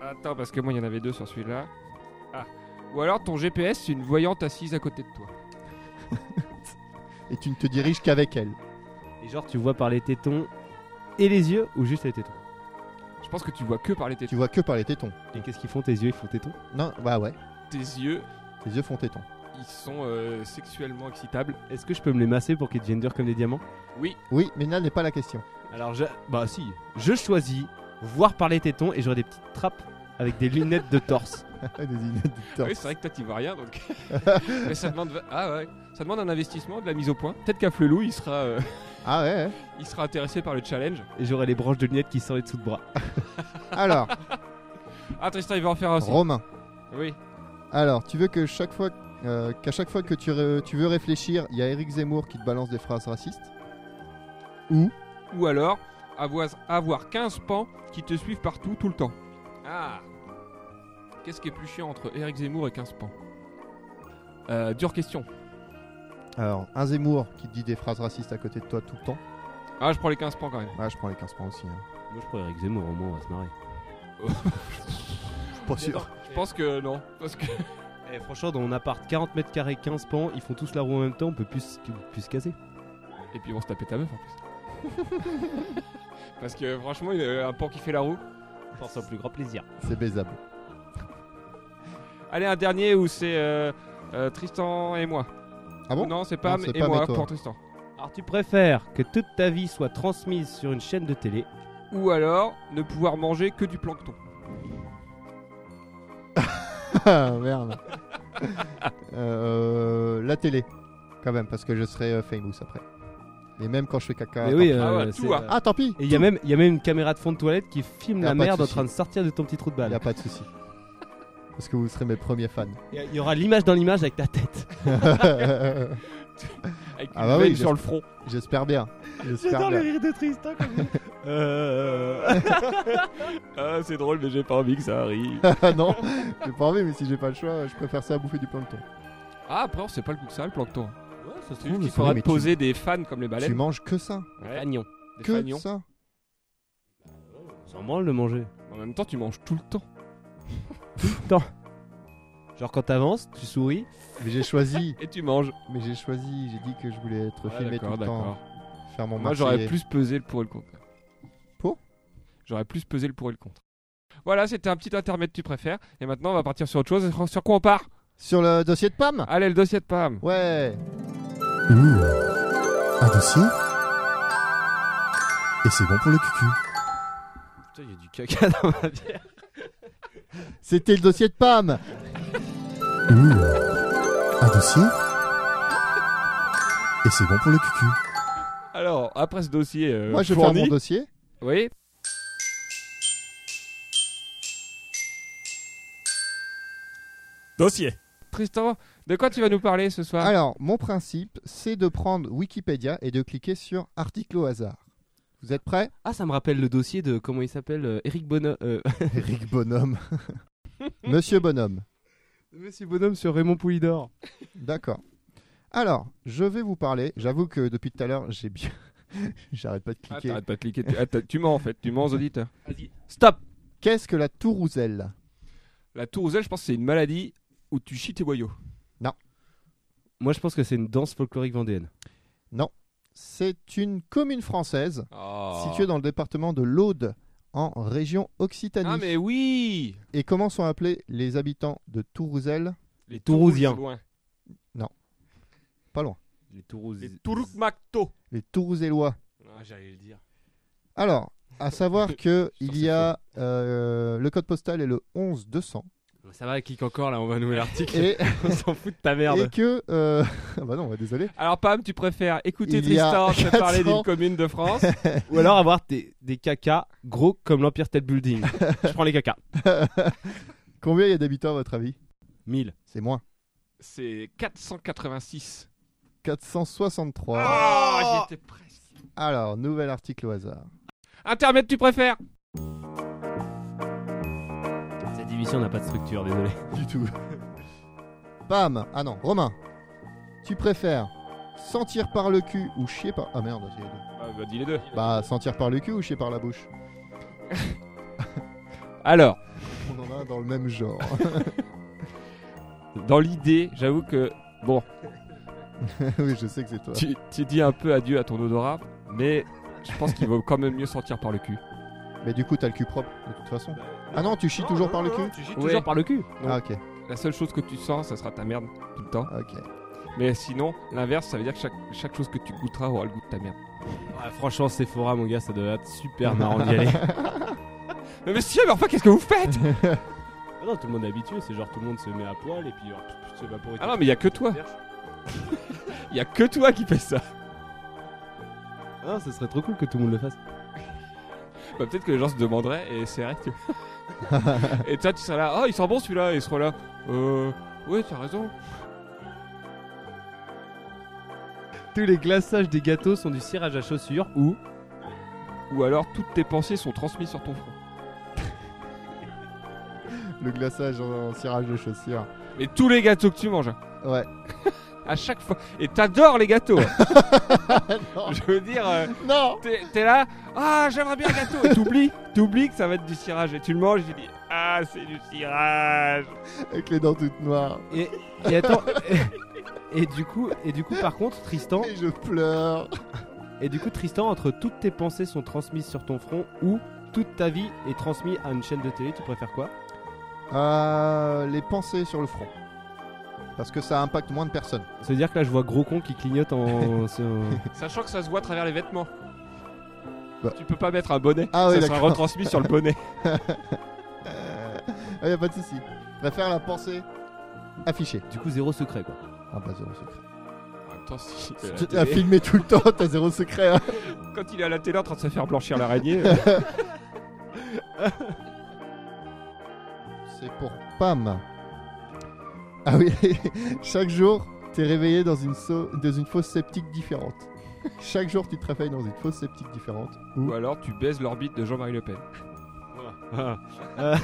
Speaker 3: Attends, parce que moi, il y en avait deux sur celui-là. Ah. Ou alors, ton GPS, c'est une voyante assise à côté de toi.
Speaker 4: Et tu ne te diriges qu'avec elle.
Speaker 5: Et genre, tu vois par les tétons et les yeux ou juste les tétons.
Speaker 3: Je pense que tu vois que par les
Speaker 4: Tu
Speaker 3: tétons.
Speaker 4: vois que par les tétons.
Speaker 5: Et qu'est-ce qu'ils font tes yeux Ils font tétons
Speaker 4: Non, bah ouais.
Speaker 3: Tes yeux,
Speaker 4: Les yeux font tétons.
Speaker 3: ils sont euh, sexuellement excitables.
Speaker 5: Est-ce que je peux me les masser pour qu'ils deviennent durs comme des diamants
Speaker 3: Oui,
Speaker 4: Oui, mais là n'est pas la question.
Speaker 5: Alors, je. Bah, si. Je choisis voir par les tétons et j'aurai des petites trappes avec des lunettes de torse.
Speaker 4: Des lunettes de torse.
Speaker 3: Ah oui c'est vrai que toi, tu vois rien. Donc... Mais ça demande... Ah, ouais. ça demande un investissement, de la mise au point. Peut-être qu'à Flelou, il sera, euh,
Speaker 4: Ah ouais. ouais.
Speaker 3: il sera intéressé par le challenge.
Speaker 5: Et j'aurai les branches de lunettes qui sortent les dessous de bras.
Speaker 4: Alors,
Speaker 3: Ah, Tristan, il va en faire un aussi.
Speaker 4: Romain.
Speaker 3: Oui.
Speaker 4: Alors, tu veux que chaque fois, euh, qu'à chaque fois que tu, ré- tu veux réfléchir, il y a Eric Zemmour qui te balance des phrases racistes.
Speaker 3: Ou alors, avoir, avoir 15 pans qui te suivent partout, tout le temps. Ah Qu'est-ce qui est plus chiant entre Eric Zemmour et 15 pans Euh, Dure question.
Speaker 4: Alors, un Zemmour qui te dit des phrases racistes à côté de toi tout le temps.
Speaker 3: Ah, je prends les 15 pans quand même.
Speaker 4: Ah, je prends les 15 points aussi. hein.
Speaker 5: Moi, je prends Eric Zemmour, au moins, on va se marrer.
Speaker 4: Pas sûr.
Speaker 3: Je pense que non. Parce que...
Speaker 5: Eh, franchement, dans mon appart, 40 mètres carrés, 15 pans, ils font tous la roue en même temps, on peut plus, plus se casser.
Speaker 3: Et puis, ils vont se taper ta meuf en plus. parce que franchement, il a un pan qui fait la roue.
Speaker 5: Force un plus grand plaisir.
Speaker 4: C'est baisable.
Speaker 3: Allez, un dernier où c'est euh, euh, Tristan et moi.
Speaker 4: Ah bon
Speaker 3: Non, c'est pas
Speaker 4: Non, c'est
Speaker 3: et
Speaker 4: Pam et
Speaker 3: moi
Speaker 4: toi.
Speaker 3: pour Tristan.
Speaker 5: Alors, tu préfères que toute ta vie soit transmise sur une chaîne de télé
Speaker 3: Ou alors, ne pouvoir manger que du plancton.
Speaker 4: Ah, merde. Euh, la télé, quand même, parce que je serai euh, famous après. Et même quand je fais caca.
Speaker 5: Mais
Speaker 4: tant
Speaker 5: oui,
Speaker 4: pis.
Speaker 5: euh,
Speaker 3: Ah ouais,
Speaker 5: c'est- euh,
Speaker 3: tout, hein.
Speaker 4: Ah, tant pis.
Speaker 5: Et il y, a même- il y a même une caméra de fond de toilette qui filme
Speaker 4: Y a
Speaker 5: la
Speaker 4: pas de
Speaker 5: merde en
Speaker 4: souci.
Speaker 5: train de sortir de ton petit trou de
Speaker 4: Il n'y
Speaker 5: balle.
Speaker 4: a pas de souci. Parce que vous serez mes premiers fans.
Speaker 5: Il y a- il y, aura l'image dans l'image avec ta tête.
Speaker 3: Avec
Speaker 4: Ah
Speaker 3: une
Speaker 4: bah oui,
Speaker 3: veine
Speaker 4: je-
Speaker 3: sur le front.
Speaker 4: J'espère bien. J'espère bien.
Speaker 5: rire de Tristan
Speaker 3: Euh. Ah, c'est drôle, mais j'ai pas envie que ça arrive.
Speaker 4: Ah non, j'ai pas envie, mais si j'ai pas le choix, je préfère ça à bouffer du plancton.
Speaker 3: Ah, après, on sait pas le goût que ça, le plancton.
Speaker 5: ça
Speaker 3: C'est juste qu'il
Speaker 4: Ah, sais,
Speaker 3: faudra
Speaker 4: mais tu-
Speaker 3: poser des fans comme les
Speaker 4: Tu
Speaker 3: baleines.
Speaker 4: manges que ça.
Speaker 3: Ouais,
Speaker 5: Agnon.
Speaker 3: des
Speaker 4: Que
Speaker 3: fagnons.
Speaker 4: ça.
Speaker 5: Sans branle de manger.
Speaker 3: En même temps, tu manges tout le temps.
Speaker 5: Genre quand t'avances, tu souris.
Speaker 4: Mais j'ai choisi,
Speaker 3: Et tu manges.
Speaker 4: mais j'ai choisi, j'ai dit que je voulais être
Speaker 5: Ah,
Speaker 3: Ouais,
Speaker 4: filmé tout
Speaker 3: d'accord,
Speaker 4: le temps.
Speaker 3: d'accord.
Speaker 4: Faire mon
Speaker 3: Moi, j'aurais
Speaker 4: Marseillais.
Speaker 3: plus pesé le pour et le contre.
Speaker 4: Pour
Speaker 3: J'aurais plus pesé le pour et le contre. Voilà, c'était un petit intermède, tu préfères. Et maintenant, on va partir sur autre chose. Sur quoi on part
Speaker 4: Sur le dossier de Pam
Speaker 5: Ah.
Speaker 3: Allez, le dossier de Pam.
Speaker 4: Ouais.
Speaker 1: Mmh. Un dossier Et c'est bon pour le cucu.
Speaker 5: Putain, il y a du caca dans ma bière.
Speaker 4: C'était le dossier de Pam.
Speaker 5: Euh,
Speaker 1: Mmh. Un dossier Et c'est bon pour le cucu.
Speaker 3: Alors, après ce dossier. euh,
Speaker 4: Moi, je vais faire
Speaker 3: fourni,
Speaker 4: mon dossier.
Speaker 3: Oui.
Speaker 6: Dossier.
Speaker 3: Tristan, de quoi tu vas nous parler ce soir
Speaker 4: Alors, mon principe, c'est de prendre Wikipédia et de cliquer sur article au hasard. Vous êtes prêts
Speaker 5: Ah, ça me rappelle le dossier de comment il s'appelle euh, Eric Bonhomme. euh,
Speaker 4: Eric Bonhomme. Monsieur Bonhomme.
Speaker 5: Monsieur Bonhomme sur Raymond Poulidor.
Speaker 4: D'accord. Alors, je vais vous parler. J'avoue que depuis tout à l'heure, j'ai bien. J'arrête pas de
Speaker 3: Ah,
Speaker 4: cliquer.
Speaker 3: t'arrêtes pas de cliquer. Tu, ah, t'as- tu mens en fait, tu mens aux auditeurs.
Speaker 5: Vas-y. Stop
Speaker 4: Qu'est-ce que la Tourouzelle
Speaker 3: La tour aux ailes, je pense que c'est une maladie où tu chies tes boyaux.
Speaker 5: Moi, je pense que c'est une danse folklorique vendéenne.
Speaker 4: C'est une commune française située
Speaker 3: Ah
Speaker 4: dans le département de l'Aude, en région Occitanie.
Speaker 3: Ah, mais oui
Speaker 4: Et comment sont appelés les habitants de Tourouzel
Speaker 3: Les
Speaker 5: Tourousiens.
Speaker 3: Tourouses, loin.
Speaker 4: Pas loin.
Speaker 5: Les
Speaker 3: Les Touroukmakto.
Speaker 4: Les Tourouzellois.
Speaker 3: Ah, J'allais le dire.
Speaker 4: Alors, à savoir que
Speaker 5: Je pense
Speaker 4: il
Speaker 5: que
Speaker 4: y
Speaker 5: c'est
Speaker 4: a euh, le code postal est le 11 200
Speaker 5: Ça va, clique encore là, on va nouvel article.
Speaker 4: et,
Speaker 5: on s'en fout de ta
Speaker 4: et
Speaker 5: merde.
Speaker 4: que euh, ah bah non, bah désolé.
Speaker 3: Alors Pam, tu préfères écouter
Speaker 4: Il y a
Speaker 3: Tristan te parler
Speaker 4: 400.
Speaker 3: d'une commune de France
Speaker 5: Ou alors avoir des, des cacas gros comme l'Empire State Building. je prends les cacas.
Speaker 4: Combien il y a d'habitants à votre avis
Speaker 5: 1000.
Speaker 4: C'est moins.
Speaker 3: C'est 486.
Speaker 4: 463.
Speaker 3: Ah, j'y étais presque.
Speaker 4: Alors, nouvel article au hasard.
Speaker 3: Intermède, tu préfères
Speaker 5: Cette émission n'a pas de structure, désolé.
Speaker 4: Du tout. Pam. Ah non, Romain. Tu préfères sentir par le cul ou chier par Ah merde, c'est les deux.
Speaker 3: Bah, dis les deux.
Speaker 4: Bah, sentir par le cul ou chier par la bouche
Speaker 3: Alors,
Speaker 4: On en a un dans le même genre.
Speaker 3: dans l'idée, j'avoue que
Speaker 4: oui, je sais que c'est toi.
Speaker 3: tu, tu dis un peu adieu à ton odorat, mais je pense qu'il vaut quand même mieux sentir par le cul.
Speaker 4: Mais du coup, t'as le cul propre de toute façon. Ah non, tu chies toujours par le cul
Speaker 5: Tu gites
Speaker 3: Ouais.
Speaker 5: toujours par le cul.
Speaker 4: Ah ok,
Speaker 3: La seule chose que tu sens, ça sera ta merde tout le temps.
Speaker 4: ok.
Speaker 3: Mais sinon, l'inverse, ça veut dire que chaque, chaque chose que tu goûteras aura le goût de ta merde.
Speaker 5: Ah, franchement, Sephora, mon gars, ça doit être super marrant d'y aller.
Speaker 3: Mais monsieur, mais enfin, qu'est-ce que vous faites
Speaker 5: Ah non, tout le monde est habitué, c'est genre tout le monde se met à poil et puis genre, tout- tout se vaporiser.
Speaker 3: Ah non, mais il y a que toi. Il y a que toi qui fais ça.
Speaker 5: Ah, ce serait trop cool que tout le monde le fasse.
Speaker 3: Bah, peut-être que les gens se demanderaient et c'est vrai. tu- et toi, tu seras là. Oh, il sent bon celui-là. Et ils seront là. Euh. Ouais, t'as raison.
Speaker 5: Tous les glaçages des gâteaux sont du cirage à chaussures ou
Speaker 3: Ou alors, toutes tes pensées sont transmises sur ton front.
Speaker 4: Le glaçage en, en cirage de chaussures.
Speaker 3: Mais tous les gâteaux que tu manges, hein,
Speaker 4: Ouais.
Speaker 3: à chaque fois. Et t'adores les gâteaux. hein.
Speaker 4: non.
Speaker 3: Je veux dire, euh,
Speaker 4: Non
Speaker 3: t'es t'es là. Ah, j'aimerais bien un gâteau. Et t'oublies. T'oublies que ça va être du cirage. Et tu le manges. Et tu dis. Ah, c'est du cirage.
Speaker 4: Avec les dents toutes noires.
Speaker 5: et, et attends et, et du coup et du coup par contre Tristan
Speaker 4: Et je pleure.
Speaker 5: et du coup Tristan entre toutes tes pensées sont transmises sur ton front ou toute ta vie est transmise à une chaîne de télé, tu préfères quoi
Speaker 4: Euh, les pensées sur le front. Parce que ça impacte moins de personnes.
Speaker 5: Ça veut dire que là je vois gros con qui clignote en sur-
Speaker 3: Sachant que ça se voit à travers les vêtements.
Speaker 4: Bah.
Speaker 3: Tu peux pas mettre un bonnet.
Speaker 4: Ah oui,
Speaker 3: ça sera
Speaker 4: d'accord.
Speaker 3: retransmis sur le bonnet.
Speaker 4: Euh, ah, y a pas de souci. Je préfère la pensée affichée.
Speaker 5: Du coup zéro secret quoi.
Speaker 4: Ah bah zéro secret.
Speaker 3: Attends, si.
Speaker 4: Tu t'as filmé tout le temps, t'as zéro secret. hein.
Speaker 3: Quand il est à la télé en train de se faire blanchir l'araignée. euh,
Speaker 4: C'est pour Pam. Ah oui, chaque jour, t'es réveillé dans une, sau- dans une fosse sceptique différente. Chaque jour, tu te réveilles dans une fosse sceptique différente.
Speaker 3: Ou alors tu baises l'orbite de Jean-Marie Le Pen.
Speaker 5: Euh,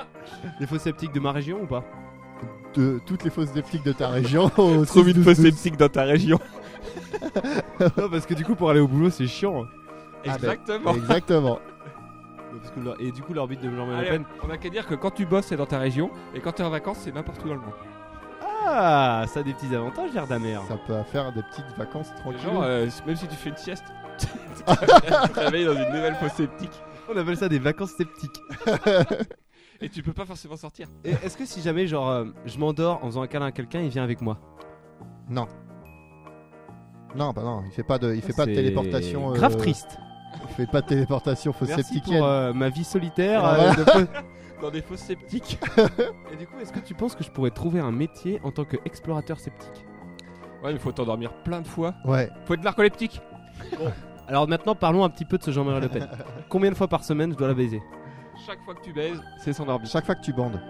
Speaker 5: Les faux sceptiques de ma région ou pas
Speaker 4: De toutes les fosses sceptiques de ta région. au
Speaker 3: Trouve une
Speaker 4: 6-12-12.
Speaker 3: fausse sceptique dans ta région.
Speaker 5: Non parce que du coup pour aller au boulot c'est chiant.
Speaker 4: Ah ben,
Speaker 3: Exactement.
Speaker 4: Exactement.
Speaker 5: Parce que leur- Et du coup l'orbite de Jean-Marie Le
Speaker 3: Allez,
Speaker 5: Pen.
Speaker 3: on a qu'à dire que quand tu bosses, c'est dans ta région. Et quand t'es en vacances, c'est n'importe où dans le monde.
Speaker 5: Ah ça a des petits avantages l'air d'amer.
Speaker 4: Ça peut faire des petites vacances
Speaker 3: Les
Speaker 4: tranquilles.
Speaker 3: gens, euh, même si tu fais une sieste, tu te réveilles dans une nouvelle fausse sceptique.
Speaker 5: On appelle ça des vacances sceptiques.
Speaker 3: Et tu peux pas forcément sortir.
Speaker 5: Et est-ce que si jamais genre euh, je m'endors en faisant un câlin à quelqu'un, il vient avec moi euh,
Speaker 4: Non, bah non, il fait pas de, il fait pas de
Speaker 5: C'est
Speaker 4: téléportation. euh,
Speaker 5: Grave triste.
Speaker 4: Il fait pas de téléportation fausse
Speaker 5: Merci
Speaker 4: sceptique.
Speaker 5: pour euh, ma vie solitaire.
Speaker 4: Ah, Voilà.
Speaker 5: euh, de fausse-
Speaker 3: Dans des fausses sceptiques.
Speaker 5: Et du coup, est-ce que tu penses que je pourrais trouver un métier en tant qu'explorateur sceptique
Speaker 3: Ouais, mais faut t'endormir plein de fois.
Speaker 5: euh,
Speaker 4: Ouais.
Speaker 3: Faut être narcoleptique.
Speaker 5: Alors maintenant, parlons un petit peu de ce Jean-Marie Le Pen. Combien de fois par semaine je dois la baiser
Speaker 3: Chaque fois que tu baises, c'est son orbite.
Speaker 4: Chaque fois que tu bandes,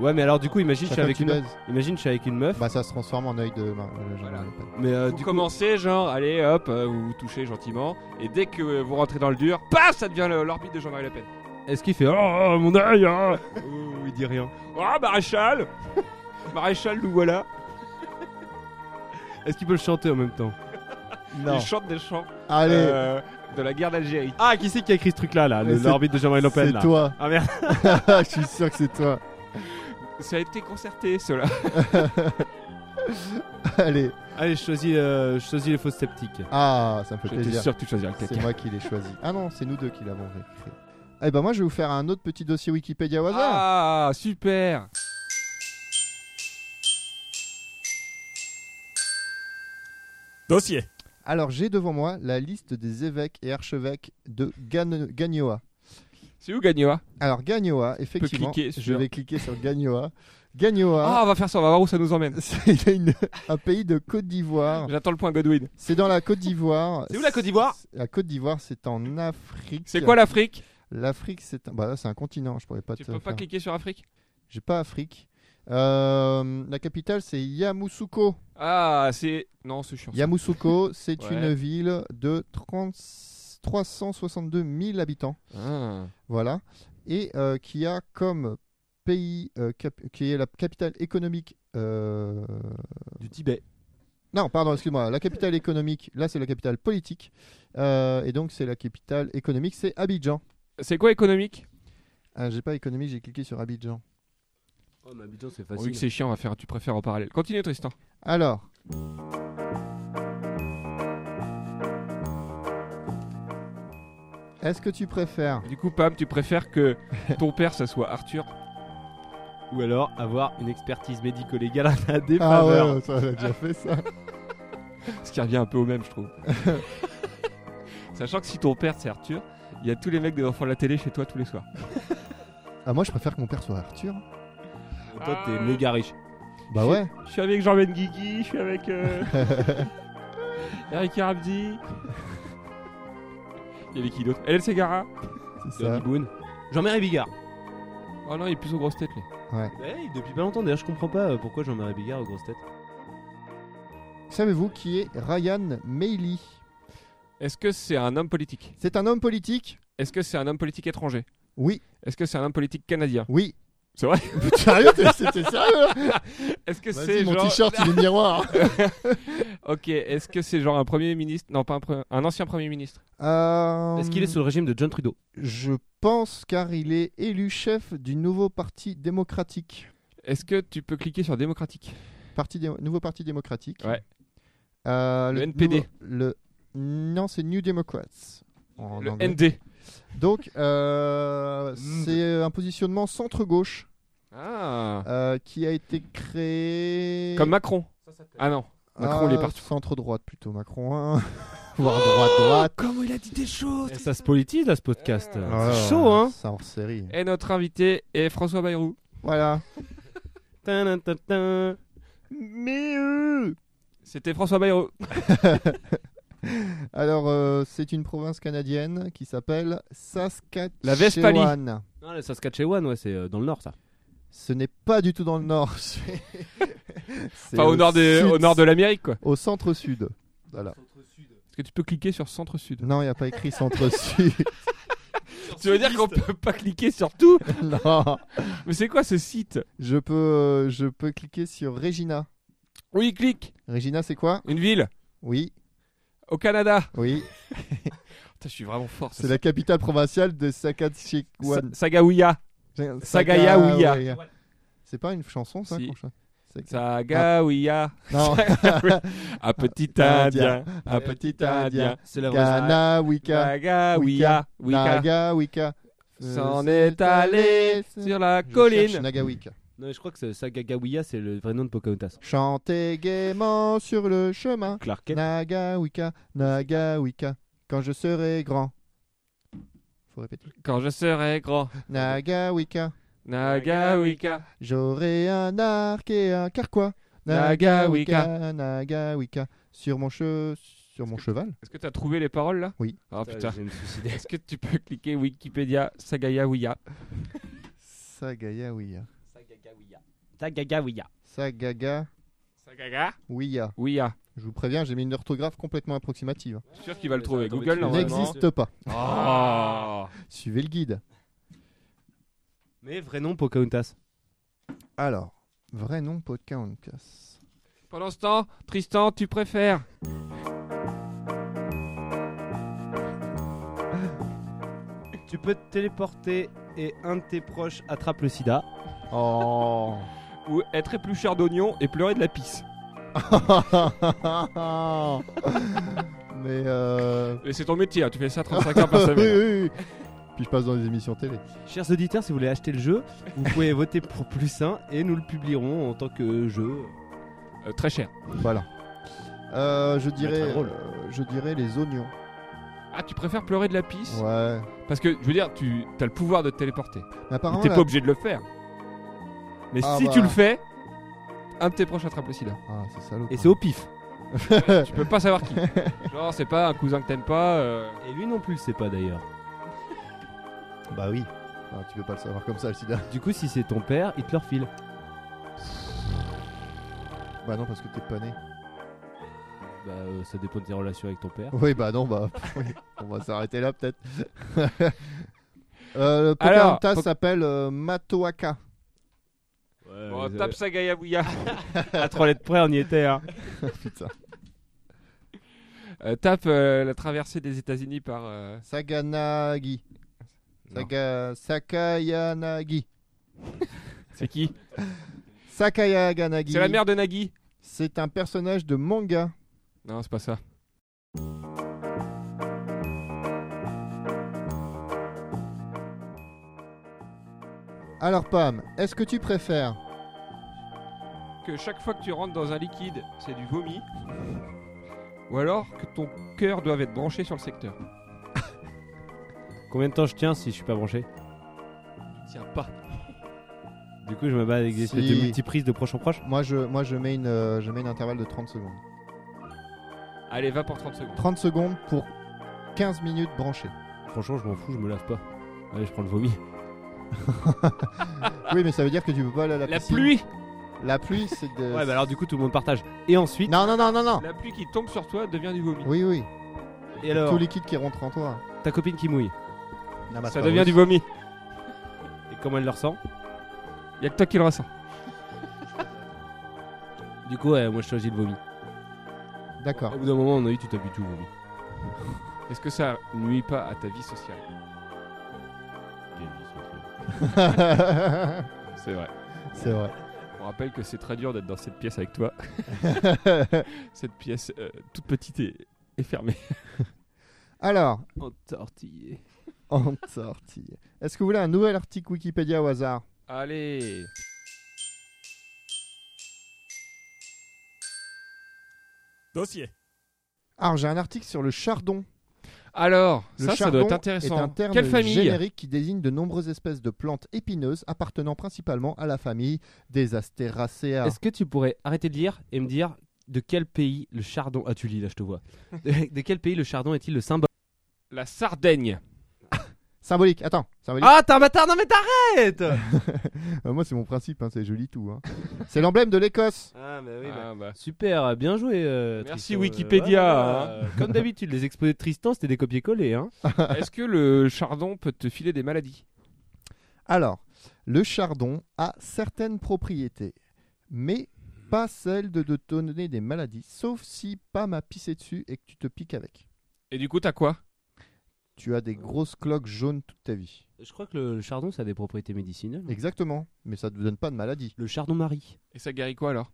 Speaker 5: Ouais, mais alors du coup, imagine je
Speaker 4: chaque
Speaker 5: suis
Speaker 4: fois que
Speaker 5: avec
Speaker 4: tu baises,
Speaker 5: une, imagine je suis avec une meuf.
Speaker 4: bah ça se transforme en œil de Mar- euh, Jean-Marie
Speaker 3: Voilà.
Speaker 4: Le Pen.
Speaker 5: mais euh,
Speaker 3: Vous
Speaker 5: du coup,
Speaker 3: commencez, genre, allez hop, euh, vous vous touchez gentiment, et dès que euh, vous rentrez dans le dur, paf, ça devient le- l'orbite de Jean-Marie Le Pen.
Speaker 5: est-ce qu'il fait oh, oh, mon œil oh Ou il dit rien.
Speaker 3: Ah, maréchal Maréchal, nous voilà
Speaker 5: Est-ce qu'il peut le chanter en même temps
Speaker 4: Non.
Speaker 3: Il chante des chants
Speaker 4: Allez,
Speaker 3: euh, de la guerre d'Algérie.
Speaker 5: Ah, qui c'est qui a écrit ce truc-là, là,
Speaker 4: Mais
Speaker 5: le-
Speaker 4: c'est-
Speaker 5: l'orbite de Jean-Marie Le Pen
Speaker 4: c'est
Speaker 5: là.
Speaker 4: toi.
Speaker 5: Ah merde.
Speaker 4: je suis sûr que c'est toi.
Speaker 3: Ça a été concerté, cela.
Speaker 4: Allez.
Speaker 5: Allez, je choisis, euh, je choisis les fausses sceptiques.
Speaker 4: Ah, ça me fait
Speaker 3: J'étais
Speaker 4: plaisir.
Speaker 3: sûr que tu choisirais le
Speaker 4: C'est
Speaker 3: caca.
Speaker 4: moi qui l'ai choisi. Ah non, c'est nous deux qui l'avons récréé. Eh ben moi, je vais vous faire un autre petit dossier Wikipédia au hasard.
Speaker 3: Ah, super
Speaker 7: Dossier.
Speaker 4: Alors, j'ai devant moi la liste des évêques et archevêques de Gan- Gagnoa.
Speaker 3: C'est où Gagnoa
Speaker 4: Alors, Gagnoa, effectivement,
Speaker 3: cliquer
Speaker 4: je
Speaker 3: sur-
Speaker 4: vais cliquer sur Gagnoa.
Speaker 3: Ah,
Speaker 4: Gagnoa,
Speaker 3: on va faire ça, on va voir où ça nous emmène.
Speaker 4: Bah. c'est une- un pays de Côte d'Ivoire.
Speaker 3: J'attends le point Godwin.
Speaker 4: C'est dans la Côte d'Ivoire.
Speaker 5: C'est où la Côte d'Ivoire
Speaker 4: La Côte d'Ivoire, c'est en Afrique.
Speaker 3: C'est quoi l'Afrique
Speaker 4: L'Afrique, c'est un... bah, là, c'est un continent. Je pourrais pas
Speaker 3: Tu
Speaker 4: te
Speaker 3: peux pas
Speaker 4: faire-
Speaker 3: cliquer sur Afrique
Speaker 4: J'ai pas Afrique. Euh, la capitale, c'est Yamoussoukro.
Speaker 3: Ah, c'est. Non, c'est chiant. ça.
Speaker 4: Yamoussoukro, c'est
Speaker 3: Ouais.
Speaker 4: une ville de 30 362 000 habitants.
Speaker 3: Ah.
Speaker 4: Voilà. Et euh, qui a comme pays, euh, cap- qui est la capitale économique. euh,
Speaker 5: Du Tibet.
Speaker 4: Non, pardon, excuse-moi. La capitale économique, là, c'est la capitale politique. Euh, et donc, c'est la capitale économique, c'est Abidjan.
Speaker 3: C'est quoi économique
Speaker 4: Ah, j'ai pas économique, j'ai cliqué sur Abidjan.
Speaker 5: Oh, mais Abidjan, c'est
Speaker 4: Bah,
Speaker 3: Vu que c'est chiant, on va faire un tu préfères en parallèle. Continue, Tristan.
Speaker 4: Alors. Est-ce que tu préfères
Speaker 3: Du coup, Pam, tu préfères que ton père, ça soit Arthur
Speaker 5: Ou alors avoir une expertise médico-légale à la défaveur.
Speaker 4: Ah ça on a déjà fait ça.
Speaker 3: Ce qui revient un peu au même, je trouve. Sachant que si ton père, c'est Arthur, il y a tous les mecs des enfants de la télé chez toi tous les soirs.
Speaker 4: Ah, moi je préfère que mon père soit Arthur.
Speaker 5: Toi, t'es méga riche.
Speaker 4: Bah ouais.
Speaker 3: Je suis avec jean ben Guigui, je suis avec euh, Eric Arabdi. Il y avait qui d'autre Hélène Segara
Speaker 4: C'est ça.
Speaker 5: Denis Boone. Jean-Marie Bigard.
Speaker 3: Oh non, il est plus aux grosses têtes, lui.
Speaker 5: Hey, depuis pas longtemps, d'ailleurs, je comprends pas euh, pourquoi Jean-Marie Bigard aux grosses têtes.
Speaker 4: Savez-vous qui est Ryan Mailly
Speaker 3: Est-ce que c'est un homme politique
Speaker 4: C'est un homme politique
Speaker 3: Est-ce que c'est un homme politique étranger
Speaker 4: Oui,
Speaker 3: Est-ce que c'est un homme politique canadien
Speaker 4: oui.
Speaker 3: C'est vrai
Speaker 4: Sérieux t'es- C'était sérieux là
Speaker 3: Est-ce que c'est
Speaker 4: Vas-y, mon
Speaker 3: genre...
Speaker 4: t-shirt il est miroir.
Speaker 3: Ok, est-ce que c'est genre un premier ministre Non, pas un pre- un ancien premier ministre.
Speaker 4: Euh,
Speaker 5: Est-ce qu'il est sous le régime de John Trudeau
Speaker 4: Je pense car il est élu chef du nouveau parti démocratique.
Speaker 3: Est-ce que tu peux cliquer sur démocratique
Speaker 4: Parti dé- nouveau parti démocratique.
Speaker 3: Ouais.
Speaker 4: Euh,
Speaker 3: Le NPD.
Speaker 4: nouveau- le... Non, c'est New Democrats. en
Speaker 3: Le Mm.
Speaker 4: anglais.
Speaker 3: ND.
Speaker 4: Donc, euh, c'est un positionnement centre-gauche
Speaker 3: Ah
Speaker 4: euh, qui a été créé.
Speaker 3: Comme Macron. Ah non. Macron, il est
Speaker 4: Ah,
Speaker 3: partout.
Speaker 4: Centre-droite plutôt, Macron 1. Voire droite-droite.
Speaker 3: Comment il a dit des choses
Speaker 5: Eh, Ça se politise là ce podcast.
Speaker 4: Ah,
Speaker 5: c'est chaud hein
Speaker 4: C'est hors série.
Speaker 3: Et notre invité est François Bayrou.
Speaker 4: Voilà.
Speaker 5: Tin, tin, tin.
Speaker 3: Mais
Speaker 4: euh.
Speaker 3: C'était François Bayrou.
Speaker 4: Alors, euh, c'est une province canadienne qui s'appelle Saskatchewan.
Speaker 3: La Westphalie.
Speaker 5: Non, le Saskatchewan, ouais, c'est euh, dans le nord ça.
Speaker 4: Ce n'est pas du tout dans le nord. c'est- c'est
Speaker 3: Enfin, au, nord des-
Speaker 4: sud-
Speaker 3: au nord de l'Amérique, quoi.
Speaker 4: Au centre-sud. Voilà.
Speaker 3: Est-ce que tu peux cliquer sur centre-sud
Speaker 4: Non, il n'y a pas écrit centre-sud.
Speaker 3: Tu veux dire qu'on peut pas cliquer sur tout
Speaker 4: non.
Speaker 3: Mais c'est quoi ce site
Speaker 4: Je peux, euh, je peux cliquer sur Regina.
Speaker 3: Oui, clique
Speaker 4: Regina, c'est quoi
Speaker 3: Une ville
Speaker 4: Oui,
Speaker 3: Au Canada
Speaker 4: oui.
Speaker 3: Putain, je suis vraiment fort.
Speaker 4: C'est la capitale provinciale de Saskatchewan.
Speaker 3: Sagaouya. Sagayaouya.
Speaker 4: Sagayaouya. C'est pas une chanson, ça
Speaker 3: Si.
Speaker 4: qu'on chante C'est-
Speaker 3: Sagaouya.
Speaker 4: Non,
Speaker 3: Un petit indien.
Speaker 4: Indien,
Speaker 3: Un petit indien.
Speaker 5: C'est la
Speaker 4: Kanawika.
Speaker 3: Sagaouya. Wika.
Speaker 4: Nagawika. Euh,
Speaker 3: S'en est allé sur la
Speaker 4: Je cherche
Speaker 3: colline.
Speaker 4: Nagawika.
Speaker 5: Non, je crois que c'est- Sagagawiya, c'est le vrai nom de Pocahontas.
Speaker 4: Chantez gaiement sur le chemin.
Speaker 5: Clark Kent.
Speaker 4: Nagawika, Nagawika, quand je serai grand. Faut répéter.
Speaker 3: Quand je serai grand,
Speaker 4: Nagawika,
Speaker 3: Nagawika.
Speaker 4: j'aurai un arc et un carquois. Nagawika, Nagawika, sur mon, che... sur mon cheval.
Speaker 3: Est-ce que t'as trouvé les paroles là
Speaker 4: Oui.
Speaker 3: Oh putain.
Speaker 5: Je vais me suicider.
Speaker 3: Est-ce que tu peux cliquer Wikipédia Sagayaouya
Speaker 4: Sagayawiya.
Speaker 5: Sagagawiya.
Speaker 4: Sagagawiya.
Speaker 3: Sagaga Ouya.
Speaker 4: Je vous préviens, j'ai mis une orthographe complètement approximative.
Speaker 3: Je suis sûr qu'il va le trouver.
Speaker 5: Attends, mais
Speaker 3: Google,
Speaker 5: tu-
Speaker 4: Il
Speaker 5: Normalement.
Speaker 3: normalement.
Speaker 4: n'existe pas.
Speaker 3: Oh.
Speaker 4: Suivez le guide.
Speaker 5: Mais vrai nom Pocahontas.
Speaker 4: Alors, vrai nom podcast.
Speaker 3: Pendant ce temps, Tristan, tu préfères
Speaker 5: Tu peux te téléporter et un de tes proches attrape le sida.
Speaker 4: Oh.
Speaker 7: Ou être éplucheur d'oignons et pleurer de la pisse.
Speaker 4: Mais euh,
Speaker 3: Et c'est ton métier, hein, tu fais ça 35 heures par
Speaker 4: oui,
Speaker 3: semaine.
Speaker 4: oui, oui. Puis je passe dans les émissions télé.
Speaker 5: Chers auditeurs, si vous voulez acheter le jeu, vous pouvez voter pour plus un et nous le publierons en tant que jeu.
Speaker 3: Euh, très cher.
Speaker 4: Voilà. Euh, je
Speaker 5: très
Speaker 4: dirais,
Speaker 5: drôle.
Speaker 4: euh, je dirais les oignons.
Speaker 3: Ah, tu préfères pleurer de la pisse
Speaker 4: Ouais.
Speaker 3: Parce que, je veux dire, tu as le pouvoir de te téléporter.
Speaker 4: Mais
Speaker 7: Ah
Speaker 4: apparemment,
Speaker 3: T'es
Speaker 4: la-
Speaker 3: pas obligé de le faire. Mais
Speaker 4: Ah
Speaker 3: si
Speaker 4: bah.
Speaker 3: tu le fais, un de tes proches attrape le sida.
Speaker 4: Ah, c'est salaud.
Speaker 5: Et c'est au pif.
Speaker 3: Tu peux pas savoir qui. Genre, c'est pas un cousin que t'aimes pas. euh,
Speaker 5: Et lui non plus le sait pas d'ailleurs.
Speaker 4: Bah oui. Ah, tu peux pas le savoir comme ça, le sida.
Speaker 5: Du coup, si c'est ton père, il te le refile.
Speaker 4: Bah non, parce que t'es pas né.
Speaker 5: Bah, euh, ça dépend de tes relations avec ton père.
Speaker 4: Oui, bah non, bah. oui. On va s'arrêter là, peut-être. euh,
Speaker 3: Alors,
Speaker 4: Pocahontas
Speaker 3: Poc-
Speaker 4: s'appelle euh, Matoaka.
Speaker 5: Ouais,
Speaker 3: Bon, Oh, tape ça, Gaïa Bouya.
Speaker 5: à trois lettres près, on y était. Hein.
Speaker 4: Putain.
Speaker 3: Euh, tape euh, la traversée des États-Unis par. euh,
Speaker 4: Saganagi.
Speaker 3: Non.
Speaker 4: Saga... Sakayanagi.
Speaker 3: C'est qui
Speaker 4: Sakayaganagi.
Speaker 3: C'est la mère de Nagui
Speaker 4: C'est un personnage de manga.
Speaker 3: Non, c'est pas ça.
Speaker 4: Alors Pam, est-ce que tu préfères
Speaker 3: Que chaque fois que tu rentres dans un liquide, c'est du vomi. Ou alors que ton cœur doive être branché sur le secteur.
Speaker 5: Combien de temps je tiens si je suis pas branché
Speaker 3: Tiens pas.
Speaker 5: Du coup, je me bats avec des
Speaker 4: Si.
Speaker 5: espèces de multiprises de proche en proche.
Speaker 4: Moi je moi je mets une euh, je mets une intervalle de 30 secondes.
Speaker 3: Allez, va pour 30 secondes.
Speaker 4: 30 secondes pour 15 minutes branchées.
Speaker 5: Franchement, je m'en fous, je me lave pas. Allez, je prends le vomi.
Speaker 4: Oui, mais ça veut dire que tu peux pas aller à la,
Speaker 3: Ah. La
Speaker 4: piscine.
Speaker 3: pluie
Speaker 4: La pluie, c'est de
Speaker 5: Ouais, bah alors du coup, tout le monde partage. Et ensuite,
Speaker 4: Non non non non non.
Speaker 3: La pluie qui tombe sur toi devient du vomi.
Speaker 4: Oui oui,
Speaker 5: et alors,
Speaker 4: tout liquide qui rentre en toi.
Speaker 5: ta copine qui mouille.
Speaker 3: Ça devient du vomi.
Speaker 5: Et comment elle le ressent
Speaker 3: Y'a que toi qui le ressens.
Speaker 5: Du coup, ouais, moi je choisis le vomi.
Speaker 4: D'accord.
Speaker 5: Au bout d'un moment, on a eu tout habitué au vomi.
Speaker 3: Est-ce que ça nuit pas à ta vie sociale
Speaker 4: c'est
Speaker 3: C'est vrai.
Speaker 4: vrai.
Speaker 3: On rappelle que c'est très dur d'être dans cette pièce avec toi. cette pièce euh, toute petite et, et fermée.
Speaker 4: Alors,
Speaker 5: Oh, Entortillé.
Speaker 4: en sortie. Est-ce que vous voulez un nouvel article Wikipédia au hasard
Speaker 3: Allez
Speaker 7: Dossier.
Speaker 4: Alors, j'ai un article sur le chardon.
Speaker 3: Alors,
Speaker 4: Le
Speaker 3: ça, ça
Speaker 4: chardon
Speaker 3: doit être
Speaker 4: Est
Speaker 3: intéressant.
Speaker 4: un terme
Speaker 3: Quelle famille
Speaker 4: générique qui désigne de nombreuses espèces de plantes épineuses appartenant principalement à la famille des Asteraceae.
Speaker 5: Est-ce que tu pourrais arrêter de lire et me dire de quel pays le chardon. Ah, tu lis là, je te vois. De de quel pays le chardon est-il le symbole
Speaker 3: La Sardaigne.
Speaker 4: Symbolique, attends, symbolique.
Speaker 5: Ah, t'es un bâtard, non mais t'arrêtes
Speaker 3: Ah
Speaker 4: Euh, moi, c'est mon principe, hein, c'est joli tout. hein. c'est l'emblème de l'Écosse.
Speaker 5: Ah, bah
Speaker 3: Ah, bah.
Speaker 5: Super, bien joué. euh,
Speaker 3: Merci
Speaker 5: Tristan.
Speaker 3: Wikipédia,
Speaker 5: Euh, voilà. Comme d'habitude, les exposés de Tristan, c'était des copier-coller. Hein.
Speaker 3: Est-ce que le chardon peut te filer des maladies
Speaker 4: Alors, le chardon a certaines propriétés, mais pas celles de, de te donner des maladies, sauf si pas m'a pissé dessus et que tu te piques avec.
Speaker 3: Et du coup, t'as quoi
Speaker 4: Tu as des grosses cloques jaunes toute ta vie.
Speaker 5: Je crois que le, le chardon, ça a des propriétés médicinales.
Speaker 3: Mm.
Speaker 4: Exactement, mais ça ne te donne pas de maladie.
Speaker 5: Le chardon Marie.
Speaker 3: Et ça guérit quoi alors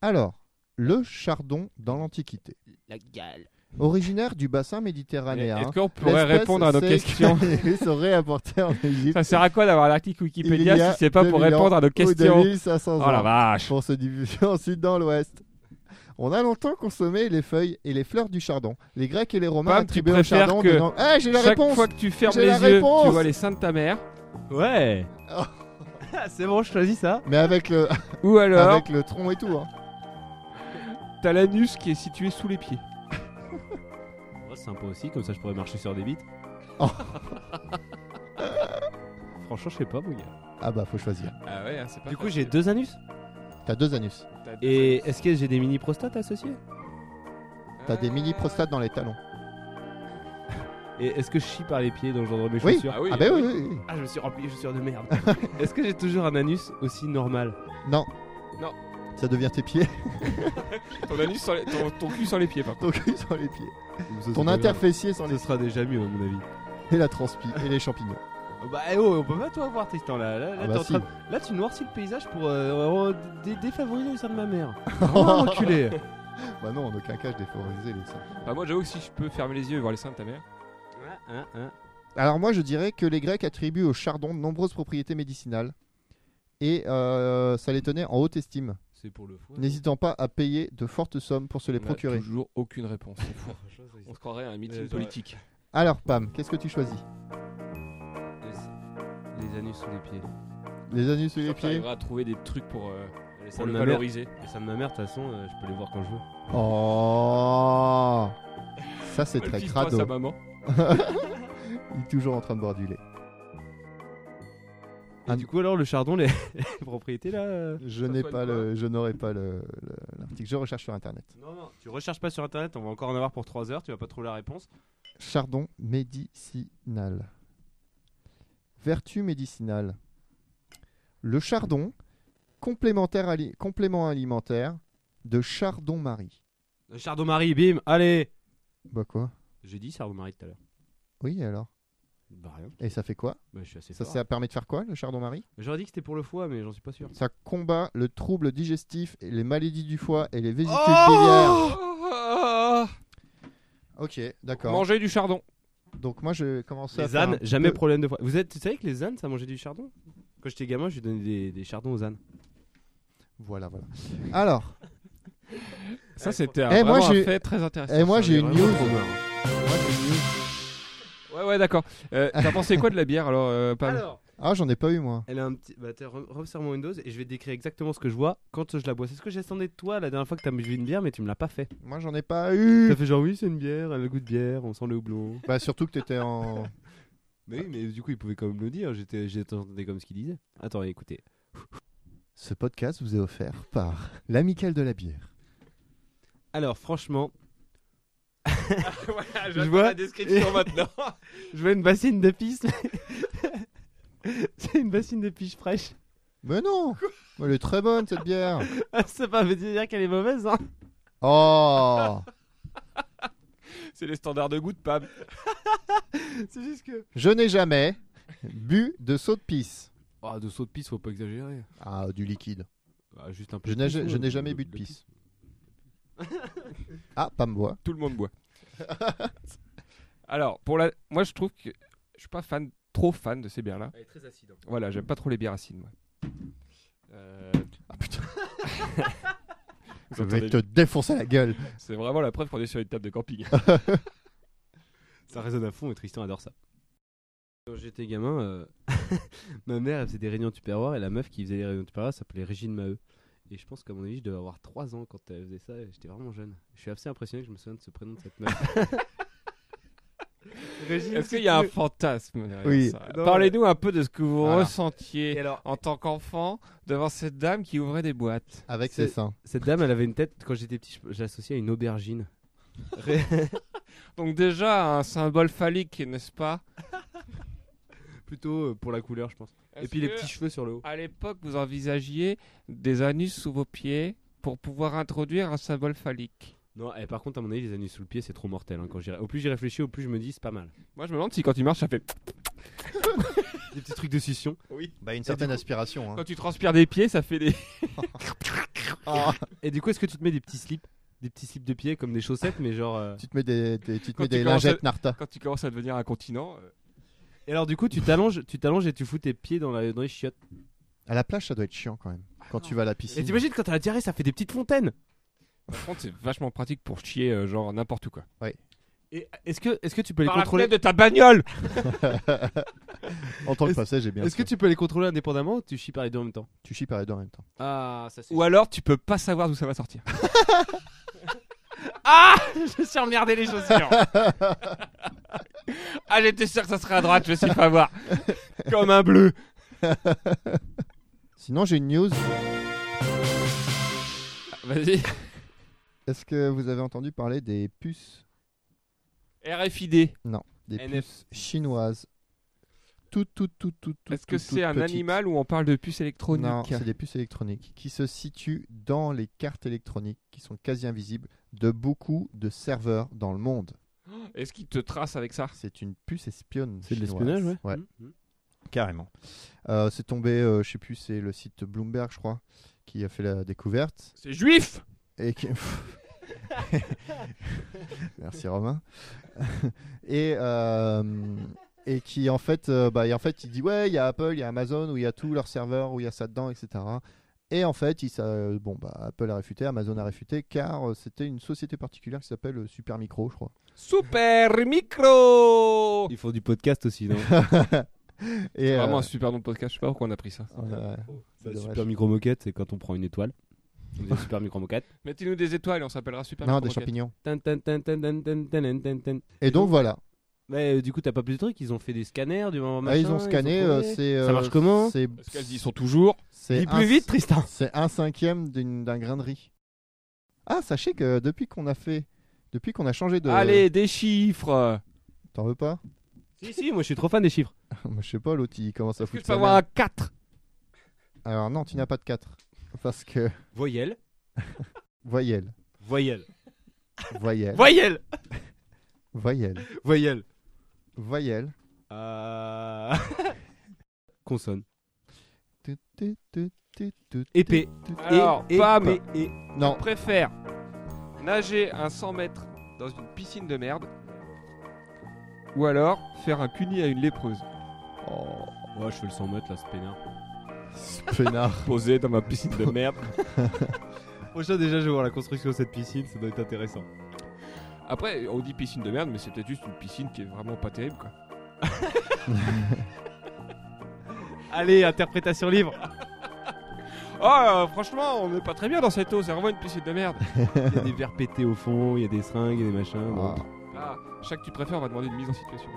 Speaker 4: Alors, le chardon dans l'Antiquité.
Speaker 5: La gale.
Speaker 4: Originaire du bassin méditerranéen.
Speaker 3: Est-ce qu'on pourrait
Speaker 4: hein. l'espèce
Speaker 3: répondre à nos
Speaker 4: s'est
Speaker 3: questions
Speaker 4: créée- serait apportée en Égypte.
Speaker 3: Ça sert à quoi d'avoir l'article
Speaker 4: il y
Speaker 3: Wikipédia
Speaker 4: a
Speaker 3: si c'est pas pour
Speaker 4: 2000
Speaker 3: répondre à nos
Speaker 4: ans ou
Speaker 3: questions
Speaker 4: 2500
Speaker 3: Oh la
Speaker 4: ans.
Speaker 3: vache
Speaker 4: pour se diffuser ensuite dans l'Ouest. On a longtemps consommé les feuilles et les fleurs du chardon. Les Grecs et les Romains
Speaker 3: Pam, tu
Speaker 4: attribuaient au
Speaker 3: préfères
Speaker 4: chardon
Speaker 3: que
Speaker 4: des noms- Ah, j'ai la
Speaker 3: Chaque
Speaker 4: réponse
Speaker 3: fois que tu fermes
Speaker 4: J'ai
Speaker 3: les
Speaker 4: la
Speaker 3: yeux,
Speaker 4: réponse
Speaker 3: tu vois les seins de ta mère.
Speaker 5: Ouais
Speaker 4: Oh.
Speaker 5: C'est bon, je choisis ça.
Speaker 4: Mais avec le,
Speaker 3: Ou alors,
Speaker 4: avec le tronc et tout. hein.
Speaker 3: t'as l'anus qui est situé sous les pieds.
Speaker 5: Oh, c'est sympa aussi, comme ça je pourrais marcher sur des bites.
Speaker 4: Oh.
Speaker 5: Franchement, je sais pas, mon gars.
Speaker 4: Ah bah, faut choisir.
Speaker 3: Ah ouais, c'est pas
Speaker 5: Du coup, j'ai deux anus.
Speaker 4: T'as deux anus.
Speaker 5: Et est-ce que j'ai des mini prostates associées
Speaker 4: T'as des mini prostates dans les talons.
Speaker 5: Et est-ce que je chie par les pieds dans le genre de mes
Speaker 4: Oui.
Speaker 5: chaussures
Speaker 3: Ah oui,
Speaker 4: ah bah oui, oui, oui.
Speaker 5: Ah, je me suis rempli de chaussures de merde. est-ce que j'ai toujours un anus aussi normal
Speaker 4: Non.
Speaker 3: Non.
Speaker 4: Ça devient tes pieds.
Speaker 3: ton, anus sans les- ton, ton cul sans les pieds, par contre.
Speaker 4: Ton cul sur les pieds.
Speaker 5: Ça, c'est
Speaker 4: Ton
Speaker 5: pas grave.
Speaker 4: interfessier sans les
Speaker 5: Ce sera déjà mieux, à mon avis.
Speaker 4: et la transpi et les champignons.
Speaker 5: Oh, Bah eh oh, on peut pas tout avoir Tristan là. Là, là,
Speaker 4: Ah
Speaker 5: t'es
Speaker 4: bah
Speaker 5: en
Speaker 4: si.
Speaker 5: train de- là, tu noircis le paysage pour euh, euh, dé- défavoriser les seins de ma mère. Oh enculé
Speaker 4: Bah non, en aucun cas je défavorisais les seins.
Speaker 3: Bah, moi, j'avoue que si je peux fermer les yeux et voir les seins de ta mère.
Speaker 5: Hein, hein, hein.
Speaker 4: Alors moi je dirais que les Grecs attribuent au chardon de nombreuses propriétés médicinales et euh, ça les tenait en haute estime,
Speaker 5: C'est pour le foie.
Speaker 4: n'hésitant pas à payer de fortes sommes pour se les
Speaker 3: on a
Speaker 4: procurer.
Speaker 3: toujours aucune réponse. Euh, C'est fou. On se croirait à un meeting
Speaker 5: Ouais,
Speaker 3: politique.
Speaker 4: Alors Pam, qu'est-ce que tu choisis
Speaker 5: Les, les anus sous les pieds.
Speaker 4: Les anus sous les
Speaker 3: Tu
Speaker 4: pieds
Speaker 3: arriveras à trouver des trucs pour, euh,
Speaker 5: Les seins
Speaker 3: pour le
Speaker 5: de ma mère.
Speaker 3: valoriser.
Speaker 5: Les seins de ma mère, de toute façon, euh, je peux les voir quand je veux.
Speaker 4: Oh Ça c'est très
Speaker 3: Malfie-toi, sa
Speaker 4: crado.
Speaker 3: maman.
Speaker 4: Il est toujours en train de boire du lait.
Speaker 5: Et
Speaker 4: Ah,
Speaker 5: du coup, alors, le chardon, les, les propriétés là. euh,
Speaker 4: Je
Speaker 3: Ça
Speaker 4: n'ai
Speaker 3: soigne
Speaker 4: pas le, je n'aurai pas le- le- l'article. Je recherche sur internet.
Speaker 5: Non, non, tu recherches pas sur internet, on va encore en avoir pour 3 heures, tu vas pas trouver la réponse.
Speaker 4: Chardon médicinal. Vertu médicinale. Le chardon, complémentaire ali- complément alimentaire de chardon-marie.
Speaker 5: Le Euh, chardon-marie, bim, allez
Speaker 4: Bah quoi
Speaker 5: J'ai dit chardon-marie tout à l'heure.
Speaker 4: Oui et alors
Speaker 5: Bah rien,
Speaker 4: Et ça fait quoi
Speaker 5: bah, je suis assez
Speaker 4: Ça
Speaker 5: fort.
Speaker 4: ça permet de faire quoi le chardon-marie
Speaker 5: J'aurais dit que c'était pour le foie, mais j'en suis pas sûr.
Speaker 4: Ça combat le trouble digestif, et les maladies du foie et les vésicules
Speaker 5: Oh
Speaker 4: biliaires.
Speaker 3: Ah
Speaker 4: Ok, d'accord.
Speaker 3: Manger du chardon.
Speaker 4: Donc moi je commence à
Speaker 5: Les
Speaker 4: faire un
Speaker 5: ânes, jamais
Speaker 4: peu-
Speaker 5: problème de foie. Vous êtes, tu savais que les ânes, ça mangeait du chardon Quand j'étais gamin, je lui donnais des, des chardons aux ânes.
Speaker 4: Voilà, voilà. Alors,
Speaker 3: Ça, c'était un,
Speaker 4: Eh, moi,
Speaker 3: vraiment un
Speaker 4: j'ai-
Speaker 3: fait très intéressant.
Speaker 4: et moi
Speaker 5: Ah,
Speaker 3: Ça,
Speaker 4: j'ai
Speaker 3: on
Speaker 4: une
Speaker 3: est
Speaker 4: news.
Speaker 3: vraiment-
Speaker 4: Moi, j'ai une news.
Speaker 3: Ouais, ouais, d'accord. Euh, T'as pensé quoi de la bière alors, euh, Pam
Speaker 5: Alors,
Speaker 4: Ah, j'en ai pas eu moi.
Speaker 5: elle a un petit. Bah, t'as- re- resserre mon Windows et je vais te décrire exactement ce que je vois quand je la bois. C'est ce que j'attendais de toi la dernière fois que t'as bu une bière, mais tu me l'as pas fait.
Speaker 4: Moi, j'en ai pas eu.
Speaker 5: T'as fait genre, oui, c'est une bière, elle a le goût de bière, on sent le houblon.
Speaker 4: Bah surtout que t'étais en.
Speaker 5: Mais oui, mais du coup, il pouvait quand même le dire. J'étais, j'entendais comme ce qu'il disait. Attends, écoutez.
Speaker 4: Ce podcast vous est offert par l'amicale de la bière.
Speaker 5: Alors, franchement,
Speaker 3: voilà,
Speaker 5: j'attends vois. la
Speaker 3: description maintenant.
Speaker 5: je vois une bassine de pisse. c'est une bassine de pisse fraîche.
Speaker 4: Mais non Elle est très bonne cette bière.
Speaker 5: Ça pas veut dire qu'elle est mauvaise, hein.
Speaker 4: Oh
Speaker 3: C'est les standards de goût de Pam.
Speaker 5: C'est juste que.
Speaker 4: Je n'ai jamais bu de saut de pisse.
Speaker 5: Ah, de saut de pisse, faut pas exagérer.
Speaker 4: Ah, du liquide.
Speaker 5: Ah, juste un peu
Speaker 4: Je
Speaker 5: de
Speaker 4: n'ai,
Speaker 5: pisse,
Speaker 4: je
Speaker 5: ouais,
Speaker 4: n'ai jamais bu de pisse. Ah, pas me bois.
Speaker 3: Tout le monde boit. alors, pour la... moi, je trouve que je suis pas fan, trop fan de ces bières-là.
Speaker 5: Elle est très acide. hein.
Speaker 3: Voilà, j'aime pas trop les bières acides, moi. Euh,
Speaker 4: Ah putain,
Speaker 3: vous
Speaker 4: je vais
Speaker 3: entendez
Speaker 4: te défoncer la gueule.
Speaker 3: bien. C'est vraiment la preuve qu'on est sur une table de camping.
Speaker 5: Ça résonne à fond et Tristan adore ça. Quand j'étais gamin, euh, ma mère elle faisait des réunions tupperware et la meuf qui faisait les réunions tupperware s'appelait Régine Maheu. Et je pense qu'à mon avis, je devais avoir 3 ans quand elle faisait ça et j'étais vraiment jeune. Je suis assez impressionné que je me souvienne de ce prénom de cette meuf. Régine,
Speaker 3: Est-ce
Speaker 5: si
Speaker 3: qu'il y a un
Speaker 5: tu veux-
Speaker 3: fantasme derrière
Speaker 4: Oui.
Speaker 3: ça
Speaker 5: Non,
Speaker 3: Parlez-nous un peu de ce que vous
Speaker 4: Voilà.
Speaker 3: ressentiez
Speaker 5: Et alors,
Speaker 3: en tant qu'enfant devant cette dame qui ouvrait des boîtes.
Speaker 4: Avec
Speaker 5: C'est-
Speaker 4: ses seins.
Speaker 5: cette dame, elle avait une tête, quand j'étais petit, je- je l'associais à une aubergine.
Speaker 3: Donc déjà un symbole phallique, n'est-ce pas
Speaker 5: Plutôt euh, pour la couleur, je pense. Et
Speaker 3: Est-ce
Speaker 5: puis les
Speaker 3: que,
Speaker 5: petits cheveux sur le haut.
Speaker 3: À l'époque, vous envisagiez des anus sous vos pieds pour pouvoir introduire un symbole phallique.
Speaker 5: Non, eh, par contre, à mon avis, les anus sous le pied, c'est trop mortel. hein, quand j'y ré- Au plus j'y réfléchis, au plus je me dis, c'est pas mal.
Speaker 3: Moi, je me demande si quand tu marches, ça fait.
Speaker 5: Des petits trucs de succion.
Speaker 4: Bah, une
Speaker 5: certaine
Speaker 4: aspiration.
Speaker 3: Quand tu transpires des pieds, ça fait des.
Speaker 4: Ah,
Speaker 5: Et du coup, est-ce que tu te mets des petits slips Des petits slips de pied comme des chaussettes, mais genre. euh,
Speaker 4: Tu te mets des, des- tu te
Speaker 3: Quand
Speaker 4: mets
Speaker 3: tu
Speaker 4: des
Speaker 3: commences à-
Speaker 4: lingettes Narta.
Speaker 3: Quand tu commences à devenir un continent. euh,
Speaker 5: Et alors, du coup, tu t'allonges tu t'allonges et tu fous tes pieds dans, la... dans les chiottes.
Speaker 4: À la plage, ça doit être chiant quand même. Quand
Speaker 3: Ah.
Speaker 4: tu vas à la
Speaker 5: Et
Speaker 4: piscine.
Speaker 5: t'imagines quand t'as la diarrhée, ça fait des petites fontaines
Speaker 3: Par contre, c'est vachement pratique pour chier, euh, genre n'importe où quoi.
Speaker 5: Et est-ce que, est-ce que tu peux les
Speaker 3: Par la
Speaker 5: contrôler
Speaker 3: fenêtre de ta bagnole
Speaker 4: En tant que
Speaker 5: Est-ce-
Speaker 4: passager, j'ai bien
Speaker 5: Est-ce que
Speaker 4: sûr.
Speaker 5: tu peux les contrôler indépendamment ou tu chies par les deux en même temps
Speaker 4: Tu chies par les deux en même temps.
Speaker 5: Ah, ça c'est.
Speaker 3: Ou alors, tu peux pas savoir d'où ça va sortir.
Speaker 5: Ah Je me suis emmerdé les chaussures
Speaker 3: Ah, j'étais sûr que ça serait à droite, je me suis fait avoir. Comme un bleu.
Speaker 4: Sinon, j'ai une news.
Speaker 3: Vas-y.
Speaker 4: Est-ce que vous avez entendu parler des puces
Speaker 3: RFID.
Speaker 4: Des
Speaker 5: NF.
Speaker 4: puces chinoises. Toutes, toutes, toutes, toutes, toutes.
Speaker 3: Est-ce que
Speaker 4: toutes, toutes
Speaker 3: c'est un
Speaker 4: petites.
Speaker 3: animal où on parle de puce électronique
Speaker 4: Non, c'est des puces électroniques qui se situent dans les cartes électroniques qui sont quasi invisibles de beaucoup de serveurs dans le monde.
Speaker 3: Est-ce qu'il te trace avec ça
Speaker 4: C'est une puce espionne.
Speaker 5: C'est de
Speaker 4: chinoise.
Speaker 5: l'espionnage, ouais.
Speaker 4: Ouais,
Speaker 5: Mhm. Mhm.
Speaker 4: carrément. Euh, c'est tombé, euh, je sais plus, c'est le site Bloomberg, je crois, qui a fait la découverte.
Speaker 3: C'est juif
Speaker 4: Et qui- Merci Romain. et, euh, et qui en fait, euh, bah, et en fait, il dit ouais, il y a Apple, il y a Amazon, où il y a tous leurs serveurs, où il y a ça dedans, etc. Et en fait, il, s'a- euh, bon, bah, Apple a réfuté, Amazon a réfuté, car euh, c'était une société particulière qui s'appelle euh, Supermicro, je crois.
Speaker 3: Super micro
Speaker 5: Ils font du podcast aussi, non
Speaker 4: Et,
Speaker 3: Vraiment
Speaker 4: euh,
Speaker 3: un super nom de podcast, je sais pas pourquoi on a pris ça.
Speaker 4: on a-
Speaker 5: Ça,
Speaker 4: dommage.
Speaker 5: Super micro moquette, c'est quand on prend une étoile. On dit super micro moquette.
Speaker 3: Mettez-nous des étoiles et on s'appellera Super
Speaker 4: non,
Speaker 3: Micro
Speaker 4: des
Speaker 3: Rocket.
Speaker 4: champignons.
Speaker 5: Tan, tan, tan, tan, tan, tan, tan, tan, tan.
Speaker 4: Et donc voilà.
Speaker 5: Mais euh, du coup, t'as pas plus de trucs. Ils ont fait des scanners du moment.
Speaker 4: Ah, ils ont scanné. euh, c'est,
Speaker 5: Ça
Speaker 4: euh,
Speaker 5: marche comment
Speaker 4: C'est
Speaker 3: Parce qu'elles y sont toujours.
Speaker 4: c'est
Speaker 5: Dis
Speaker 4: un-
Speaker 5: plus vite, Tristan.
Speaker 4: C'est un cinquième d'une- d'un grain de riz. Ah, sachez que depuis qu'on a fait, depuis qu'on a changé de.
Speaker 3: Allez, des chiffres
Speaker 4: T'en veux pas
Speaker 5: si, si, moi je suis trop fan des chiffres.
Speaker 4: Moi, Je sais pas, l'autre, il commence à
Speaker 3: Est-ce que
Speaker 4: foutre
Speaker 3: tu peux
Speaker 4: sa
Speaker 3: avoir
Speaker 4: merde.
Speaker 3: un 4
Speaker 4: Alors non, tu n'as pas de 4. Parce que.
Speaker 5: Voyelle,
Speaker 4: Voyelle.
Speaker 5: voyelle,
Speaker 4: Voyelle.
Speaker 5: voyelle,
Speaker 4: voyelle.
Speaker 5: voyelle.
Speaker 4: Voyelle.
Speaker 5: Euh... Consonne.
Speaker 4: Tu, tu, tu, tu, tu,
Speaker 5: Épée.
Speaker 4: tu, tu.
Speaker 3: Alors,
Speaker 5: Et- et-
Speaker 3: bam
Speaker 5: et- et-
Speaker 4: Non,
Speaker 3: Préfère nager un 100 mètres dans une piscine de merde ou alors faire un cuni à une lépreuse. Oh.
Speaker 5: Ouais, je fais le 100 mètres là, c'est peinard.
Speaker 4: ce peinard.
Speaker 3: Posé dans ma piscine de merde.
Speaker 5: Prochain, déjà, je vais voir la construction de cette piscine, ça doit être intéressant.
Speaker 3: Après, on dit piscine de merde, mais c'est peut-être juste une piscine qui est vraiment pas terrible quoi.
Speaker 5: Allez, interprétation libre.
Speaker 3: Oh, euh, franchement, on n'est pas très bien dans cette eau, c'est vraiment une piscine de merde.
Speaker 5: Il y a des verres pétés au fond, il y a des seringues, il y a des machins. bon.
Speaker 4: Ah.
Speaker 3: Là, chaque tu préfères, on va demander une mise en situation.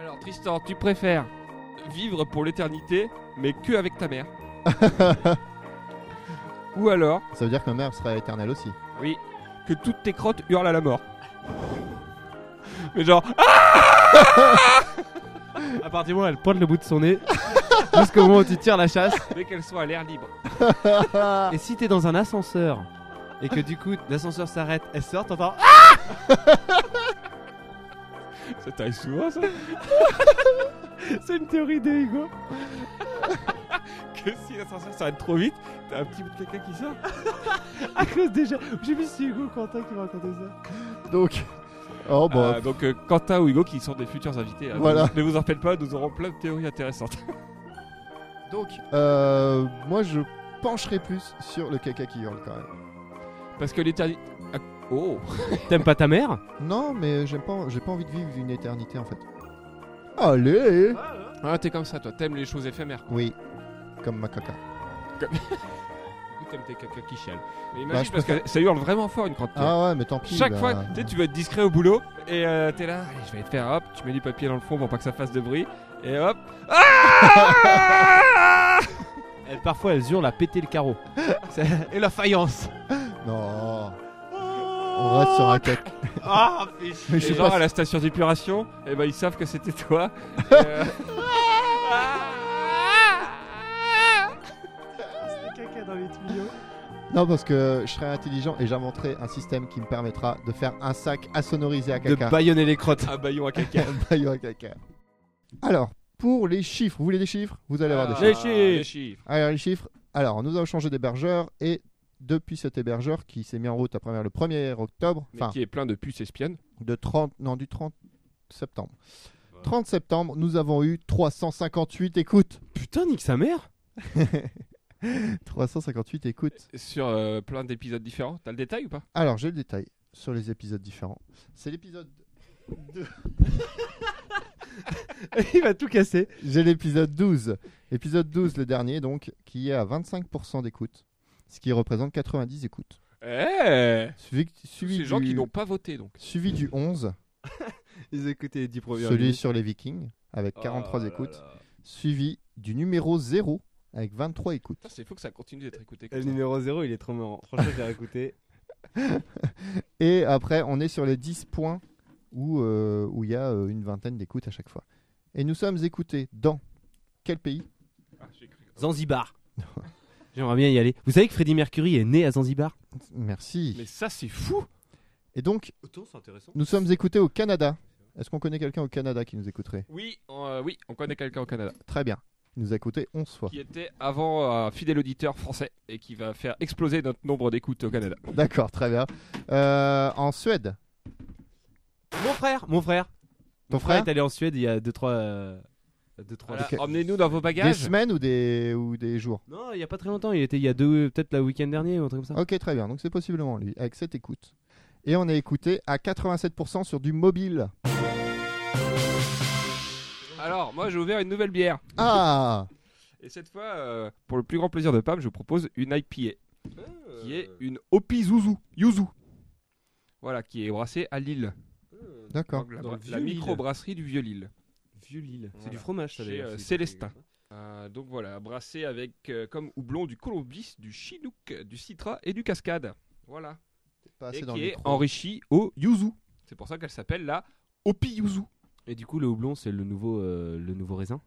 Speaker 3: Alors, Tristan, tu préfères vivre pour l'éternité, mais que avec ta mère Ou alors,
Speaker 4: Ça veut dire que ma mère sera éternelle aussi.
Speaker 3: oui, que toutes tes crottes hurlent à la mort. Mais genre,
Speaker 5: À partir du moment où elle pointe le bout de son nez, jusqu'au moment où tu tires la chasse.
Speaker 3: dès qu'elles sont à l'air libre.
Speaker 5: Et si t'es dans un ascenseur et que du coup l'ascenseur s'arrête, elle sort, t'entends. Ah
Speaker 3: Ça t'arrive souvent, ça
Speaker 5: C'est une théorie de Hugo.
Speaker 3: Que si l'ascenseur s'arrête trop vite, t'as un petit bout de caca qui sort.
Speaker 5: À cause déjà. J'ai vu c'est Hugo Quentin qui m'a raconté ça.
Speaker 4: Donc. Oh, bon.
Speaker 3: Ah, donc, euh, Quentin ou Hugo qui sont des futurs invités. hein.
Speaker 4: Voilà.
Speaker 3: Ne vous en faites pas, nous aurons plein de théories intéressantes.
Speaker 4: Donc, euh, moi, je pencherai plus sur le caca qui hurle quand même.
Speaker 3: Parce que l'éternité. Ah, Oh
Speaker 5: T'aimes pas ta mère
Speaker 4: Non, mais j'aime pas, j'ai pas envie de vivre une éternité en fait. Allez
Speaker 3: Ah, t'es comme ça, toi, t'aimes les choses éphémères.
Speaker 4: Oui, comme ma caca.
Speaker 3: Écoute, t'aimes tes caca qui chialent. Mais imagine,
Speaker 4: Bah, je
Speaker 3: parce que ça hurle vraiment fort une crotte.
Speaker 4: Ah ouais, mais tant pis.
Speaker 3: Chaque
Speaker 4: bah,
Speaker 3: fois, tu sais, tu vas être discret au boulot et euh, t'es là, allez, je vais te faire hop, tu mets du papier dans le fond pour pas que ça fasse de bruit et hop. Ah
Speaker 5: elle, Parfois elles hurlent à péter le carreau. C'est- et la faïence.
Speaker 4: Non. On reste sur un caca.
Speaker 5: Ah, fais chier.
Speaker 4: Mais
Speaker 3: et
Speaker 4: je sais
Speaker 3: genre
Speaker 4: pas.
Speaker 3: à la station d'épuration, et ben ils savent que c'était toi. Et, euh,
Speaker 5: caca dans les tuyaux.
Speaker 4: Non, parce que je serai intelligent et j'inventerai un système qui me permettra de faire un sac assonorisé à
Speaker 5: De
Speaker 4: caca.
Speaker 5: baïonner les crottes.
Speaker 3: un baillon Ah, à caca.
Speaker 4: Un baillon à caca. Alors, pour les chiffres, vous voulez des chiffres Vous allez avoir des
Speaker 3: Ah,
Speaker 4: chiffres.
Speaker 3: les
Speaker 5: Les chiffres.
Speaker 3: chiffres.
Speaker 4: Alors, les chiffres. Alors, nous avons changé d'hébergeur et depuis cet hébergeur qui s'est mis en route à première- le 1er octobre,
Speaker 3: Mais
Speaker 4: enfin,
Speaker 3: qui est plein de puces espionnes.
Speaker 4: de 30, non, du 30 septembre. 30 septembre, nous avons eu 358 écoutes.
Speaker 5: Putain, nique sa mère
Speaker 4: 358 écoutes.
Speaker 3: Sur euh, plein d'épisodes différents. T'as le détail ou pas
Speaker 4: Alors, j'ai le détail sur les épisodes différents. C'est l'épisode.
Speaker 5: Il va tout casser.
Speaker 4: J'ai l'épisode 12. Épisode 12, le dernier, donc, qui est à 25% d'écoute, ce qui représente 90 écoutes.
Speaker 3: Eh
Speaker 4: Suivi,
Speaker 3: Tous
Speaker 4: suivi
Speaker 3: Ces gens
Speaker 4: du-
Speaker 3: qui n'ont pas voté donc.
Speaker 4: suivi du 11,
Speaker 5: Ils écoutaient les 10 premières
Speaker 4: celui
Speaker 5: minutes.
Speaker 4: sur les Vikings, avec 43
Speaker 5: Oh là
Speaker 4: écoutes,
Speaker 5: là.
Speaker 4: suivi du numéro 0, avec 23 écoutes.
Speaker 3: Putain, c'est fou que ça continue d'être écouté.
Speaker 5: Euh, Le
Speaker 3: comme ça.
Speaker 5: numéro 0, il est trop marrant. Franchement, j'ai réécouté.
Speaker 4: Et après, on est sur les 10 points où euh, où il y a euh, une vingtaine d'écoutes à chaque fois. Et nous sommes écoutés dans quel pays
Speaker 5: Zanzibar. J'aimerais bien y aller. Vous savez que Freddie Mercury est né à Zanzibar
Speaker 4: Merci.
Speaker 3: Mais ça c'est fou
Speaker 4: Et donc,
Speaker 5: Autant, c'est intéressant.
Speaker 4: nous sommes écoutés au Canada. Est-ce qu'on connaît quelqu'un au Canada qui nous écouterait
Speaker 3: Oui, on, euh, oui, on connaît quelqu'un au Canada
Speaker 4: Très bien. Il nous a écouté 11 fois.
Speaker 3: qui était avant euh, un fidèle auditeur français et qui va faire exploser notre nombre d'écoutes au Canada.
Speaker 4: D'accord, très bien. Euh, en Suède,
Speaker 5: Mon frère, mon frère.
Speaker 4: Ton
Speaker 5: Mon
Speaker 4: frère
Speaker 5: est allé en Suède il y a 2-3 deux, trois...
Speaker 3: Voilà,
Speaker 4: Ok.
Speaker 3: Emmenez-nous dans vos
Speaker 4: des
Speaker 3: bagages.
Speaker 4: semaines ou des, ou des jours
Speaker 5: Non, il y a pas très longtemps, il était il y a deux, peut-être le week-end dernier ou un truc comme ça.
Speaker 4: Ok, très bien. Donc c'est possiblement lui, avec cette écoute. Et on est écouté à 87% sur du mobile.
Speaker 3: Alors, moi, j'ai ouvert une nouvelle bière.
Speaker 4: Ah
Speaker 3: Et cette fois, euh, pour le plus grand plaisir de Pam, je vous propose une IPA, qui est une Hopi Zuzu, Yuzu. Voilà, qui est brassée à Lille.
Speaker 4: D'accord.
Speaker 3: Donc, la
Speaker 5: Dans
Speaker 3: bra-
Speaker 5: le
Speaker 3: la
Speaker 5: Vieux-Lille.
Speaker 3: microbrasserie du Vieux-Lille.
Speaker 4: Ah.
Speaker 5: Vieux Lille. C'est
Speaker 3: Voilà.
Speaker 5: du fromage, ça
Speaker 3: Chez,
Speaker 5: d'ailleurs.
Speaker 3: euh,
Speaker 5: c'est-
Speaker 3: Célestin. Euh, donc voilà, brassée avec euh, comme houblon du Colombis, du Chinook, du Citra et du Cascade. Voilà.
Speaker 4: Pas
Speaker 3: et
Speaker 4: assez dans
Speaker 3: qui
Speaker 4: le
Speaker 3: est
Speaker 4: micro.
Speaker 3: enrichie au Yuzu. C'est pour ça qu'elle s'appelle la Hopi Yuzu.
Speaker 5: Et du coup, le houblon, c'est le nouveau, euh, le nouveau raisin.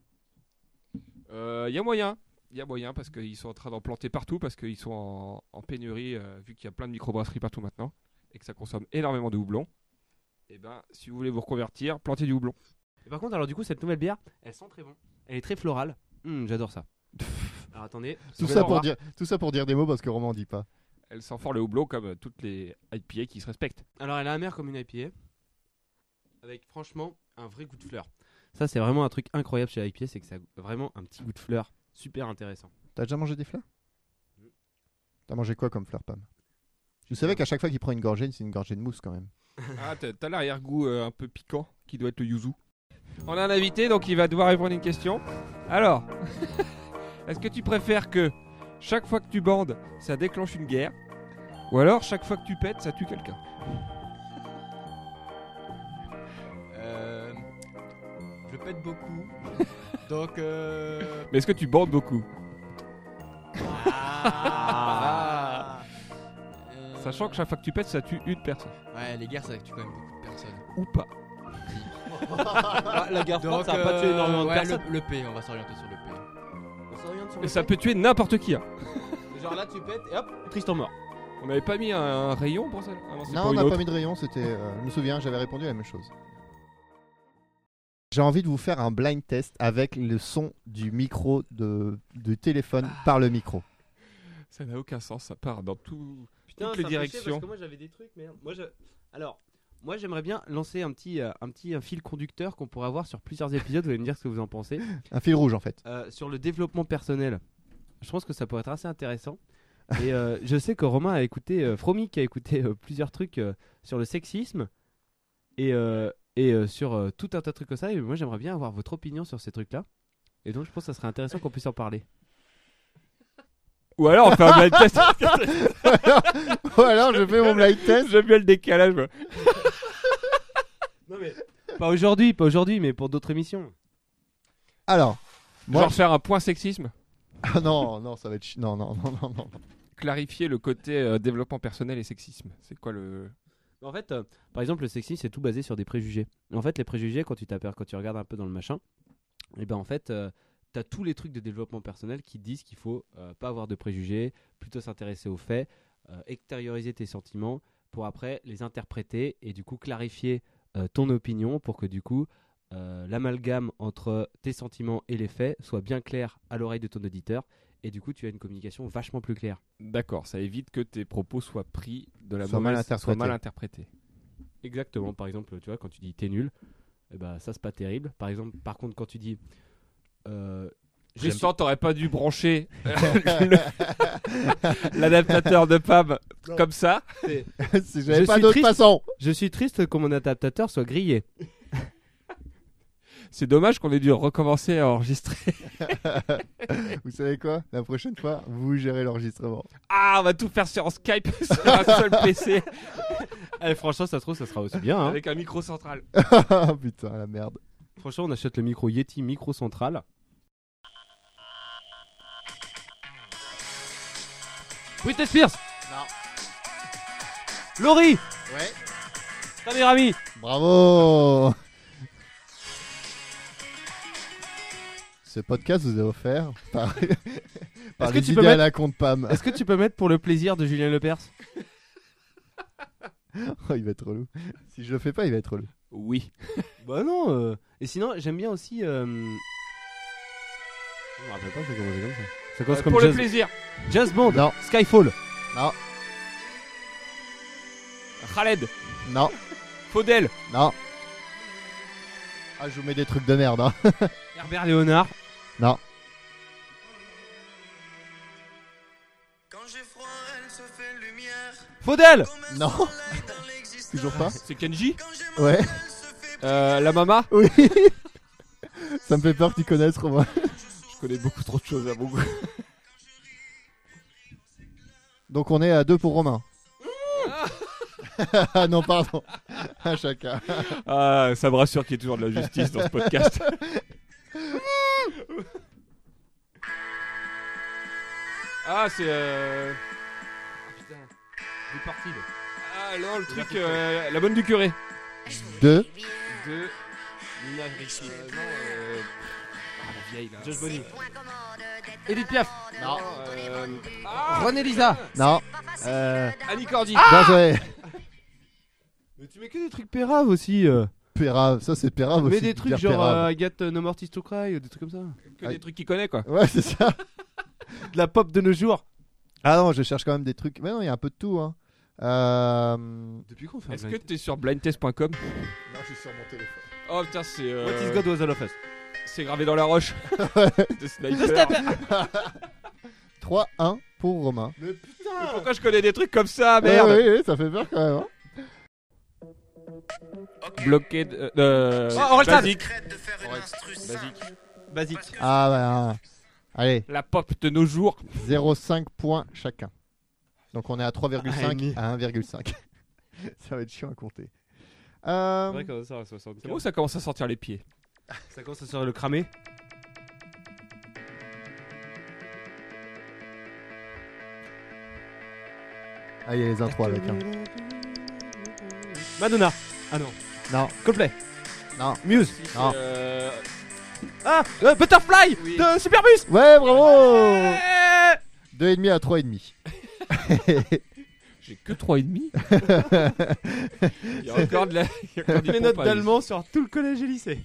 Speaker 3: Il Euh, y a moyen. Il y a moyen parce qu'ils sont en train d'en planter partout, parce qu'ils sont en, en pénurie, euh, vu qu'il y a plein de microbrasseries partout maintenant, et que ça consomme énormément de houblon. Et ben, si vous voulez vous reconvertir, plantez du houblon.
Speaker 5: Et par contre, alors du coup, cette nouvelle bière, elle sent très bon. Elle est très florale. Hum, j'adore ça. alors attendez.
Speaker 4: Tout
Speaker 5: je
Speaker 4: ça,
Speaker 5: vais
Speaker 4: pour
Speaker 5: voir.
Speaker 4: dire, tout ça pour dire des mots parce que Romain dit pas.
Speaker 3: Elle sent fort le houblon comme euh, toutes les IPA qui se respectent.
Speaker 5: Alors, elle a amère comme une IPA. Avec franchement un vrai goût de fleur. Ça, c'est vraiment un truc incroyable chez l'IPA, c'est que ça a vraiment un petit goût de fleur. Super intéressant.
Speaker 4: T'as déjà mangé des fleurs T'as mangé quoi comme fleurs, Pam Vous savez qu'à chaque fois qu'il prend une gorgée, c'est une gorgée de mousse quand même.
Speaker 3: Ah, t'as t'as l'arrière-goût euh, un peu piquant qui doit être le yuzu. On a un invité, donc il va devoir répondre à une question. Alors, est-ce que tu préfères que chaque fois que tu bandes, ça déclenche une guerre Ou alors chaque fois que tu pètes, ça tue quelqu'un
Speaker 6: Euh, je pète beaucoup. Donc, euh...
Speaker 3: Mais est-ce que tu bandes beaucoup
Speaker 6: ah. Euh,
Speaker 3: Sachant que chaque fois que tu pètes, ça tue une personne.
Speaker 6: Ouais, les guerres, ça tue quand même beaucoup de personnes.
Speaker 3: Ou pas.
Speaker 6: la guerre
Speaker 5: froide, Ah, ça a pas tué
Speaker 3: euh,
Speaker 5: énormément de
Speaker 6: euh, ouais,
Speaker 5: personnes.
Speaker 6: Le, le P, on va s'orienter sur le P.
Speaker 5: On s'oriente sur
Speaker 3: Et ça peut tuer n'importe qui. hein.
Speaker 5: Genre là, tu pètes et hop, Tristan mort.
Speaker 3: On n'avait pas mis un, un rayon pour ça Ah non, c'est pour
Speaker 4: Non, bah, on
Speaker 3: une
Speaker 4: n'a
Speaker 3: autre.
Speaker 4: pas mis de rayon, c'était. euh, je me souviens, j'avais répondu à la même chose. J'ai envie de vous faire un blind test avec le son du micro de, du téléphone par le micro.
Speaker 3: Ça n'a aucun sens, ça part dans tout.
Speaker 5: Putain,
Speaker 3: Toutes les
Speaker 5: ça me fait chier
Speaker 3: directions.
Speaker 5: Parce que moi j'avais des trucs, merde. Moi, je... Alors, moi j'aimerais bien lancer un petit, euh, un petit un fil conducteur qu'on pourrait avoir sur plusieurs épisodes. Vous allez me dire ce que vous en pensez.
Speaker 4: Un fil rouge en fait.
Speaker 5: Euh, sur le développement personnel, je pense que ça pourrait être assez intéressant. Et euh, je sais que Romain a écouté, euh, Fromic a écouté euh, plusieurs trucs euh, sur le sexisme et, euh, et euh, sur euh, tout un tas de trucs comme ça. Et moi j'aimerais bien avoir votre opinion sur ces trucs-là. Et donc je pense que ça serait intéressant qu'on puisse en parler.
Speaker 3: Ou alors on fait un blind test.
Speaker 4: Ou alors je fais mon blind test.
Speaker 3: J'aime bien le décalage. moi.
Speaker 5: Non mais. Pas aujourd'hui, pas aujourd'hui, mais pour d'autres émissions.
Speaker 4: Alors, moi,
Speaker 3: Genre faire un point sexisme.
Speaker 4: Ah non, non, ça va être chi- non, non, non, non, non.
Speaker 3: Clarifier le côté euh, développement personnel et sexisme. C'est quoi le.
Speaker 5: En fait, euh, par exemple, le sexisme, c'est tout basé sur des préjugés. En fait, les préjugés, quand tu t'aperçois, quand tu regardes un peu dans le machin, et ben en fait, euh, t'as tous les trucs de développement personnel qui disent qu'il faut euh, pas avoir de préjugés, plutôt s'intéresser aux faits, euh, extérioriser tes sentiments pour après les interpréter et du coup clarifier euh, ton opinion pour que du coup euh, l'amalgame entre tes sentiments et les faits soit bien clair à l'oreille de ton auditeur et du coup tu as une communication vachement plus claire.
Speaker 3: D'accord, ça évite que tes propos soient pris de la
Speaker 4: Soient mal
Speaker 3: mauvaise, soient
Speaker 4: interprétés.
Speaker 3: mal interprétés.
Speaker 5: Exactement. Par exemple, tu vois, quand tu dis t'es nul, eh ben, ça c'est pas terrible. Par exemple, par contre, quand tu dis euh,
Speaker 3: Je
Speaker 5: j'aime-
Speaker 3: sens t'aurais pas dû brancher le- l'adaptateur de Pam comme ça.
Speaker 4: Si J'avais
Speaker 5: Je
Speaker 4: pas
Speaker 5: suis
Speaker 4: d'autre
Speaker 5: triste.
Speaker 4: façon.
Speaker 5: je suis triste que mon adaptateur soit grillé.
Speaker 3: C'est dommage qu'on ait dû recommencer à enregistrer.
Speaker 4: Vous savez quoi La prochaine fois, vous gérez l'enregistrement.
Speaker 3: Ah, on va tout faire sur en Skype, sur un seul PC,
Speaker 5: Eh, franchement, ça se trouve, ça sera aussi bien. hein.
Speaker 3: avec un micro central.
Speaker 4: Ah, Putain, la merde.
Speaker 5: Franchement, on achète le micro Yeti micro central. Britney Spears. Non. Laurie.
Speaker 4: Ouais.
Speaker 5: Samir Ami.
Speaker 4: Bravo. Ce podcast vous est offert par, par
Speaker 5: que
Speaker 4: les
Speaker 5: tu
Speaker 4: idées
Speaker 5: peux
Speaker 4: à
Speaker 5: mettre-
Speaker 4: la compte Pam.
Speaker 5: Est-ce que tu peux mettre pour le plaisir de Julien Lepers
Speaker 4: Oh, il va être relou. Si je le fais pas, il va être relou.
Speaker 3: Oui.
Speaker 5: Bah non. euh, Et sinon, j'aime bien aussi. euh, Je me rappelle pas, ça commençait comme ça. Ça commence
Speaker 3: Euh,
Speaker 5: comme
Speaker 3: pour le
Speaker 5: jazz...
Speaker 3: plaisir.
Speaker 5: Jazz Band.
Speaker 4: Non.
Speaker 5: Skyfall.
Speaker 3: Khaled,
Speaker 4: Non,
Speaker 3: Faudel,
Speaker 4: non. Ah, je vous mets des trucs de merde. hein.
Speaker 5: Herbert Léonard.
Speaker 4: Non.
Speaker 5: Faudel.
Speaker 4: Non. Toujours pas
Speaker 3: c'est Kenji,
Speaker 4: Ouais.
Speaker 3: Euh, la mama.
Speaker 4: Oui. Ça me fait peur que tu connaisses, Romain.
Speaker 3: Je connais beaucoup trop de choses à mon goût.
Speaker 4: Donc on est à deux pour Romain. Ah non, pardon. À chacun.
Speaker 3: Ah, ça me rassure qu'il y ait toujours de la justice dans ce podcast. ah, c'est. Euh...
Speaker 5: Ah, C'est parti.
Speaker 3: Ah non, le truc. euh, la bonne du curé.
Speaker 4: Deux.
Speaker 3: De. Nina Ricci. Euh, non, euh, Ah, la vieille là.
Speaker 5: Jazz Bonnie.
Speaker 3: Edith Piaf.
Speaker 4: Non.
Speaker 3: Euh, ah,
Speaker 5: René Lisa.
Speaker 4: Non. Euh,
Speaker 3: Annie Cordy.
Speaker 5: Ah
Speaker 4: Bien joué.
Speaker 5: Mais tu mets que des trucs péraves aussi. euh.
Speaker 4: Pérave. Ça, c'est Pérave aussi.
Speaker 5: Mais des trucs
Speaker 4: Pierre
Speaker 5: genre
Speaker 4: Pérave.
Speaker 5: euh, Agathe euh, No Mortis to Cry ou des trucs comme ça.
Speaker 3: que des trucs qu'il connaît quoi.
Speaker 4: Ouais, c'est ça.
Speaker 5: euh, De la pop de nos jours.
Speaker 4: Ah non, je cherche quand même des trucs. Mais non, il y a un peu de tout. Hein. Euh...
Speaker 5: Depuis quand on fait
Speaker 3: Est-ce que t'es sur blindtest.com
Speaker 4: Non, je suis sur mon téléphone.
Speaker 3: Oh putain, c'est. euh,
Speaker 5: What is God was all of us
Speaker 3: C'est gravé dans la roche. de sniper.
Speaker 4: 3-1 pour Romain.
Speaker 3: Pourquoi je connais des trucs comme ça,
Speaker 4: Ah
Speaker 3: merde
Speaker 4: oui, oui, ça fait peur quand même. hein.
Speaker 3: Bloqué de. Euh,
Speaker 5: Oh, Orelsan.
Speaker 3: basique. Basique.
Speaker 5: Basique.
Speaker 4: Ah bah. hein. Allez,
Speaker 3: La pop de nos jours.
Speaker 4: 0,5 points chacun. Donc on est à 3,5
Speaker 5: Ah,
Speaker 4: à 1,5. ça va être chiant à compter. Euh,
Speaker 5: ça, à 64.
Speaker 3: C'est bon, ça commence à sortir les pieds.
Speaker 5: Ça commence à se faire le cramé.
Speaker 4: Ah, il y a les intros avec. hein.
Speaker 5: Madonna. Ah non.
Speaker 4: Non.
Speaker 5: Coldplay.
Speaker 4: Non.
Speaker 5: Muse.
Speaker 4: Ah.
Speaker 3: Euh,
Speaker 5: Ah, euh, Butterfly
Speaker 3: Oui.
Speaker 5: de Superbus.
Speaker 4: Ouais, bravo
Speaker 5: Eh
Speaker 4: 2,5 à 3,5.
Speaker 3: J'ai que 3,5. Il y a encore de la. il y a encore du
Speaker 5: Les
Speaker 3: pompe
Speaker 5: notes
Speaker 3: à
Speaker 5: d'allemand sur tout le collège et lycée.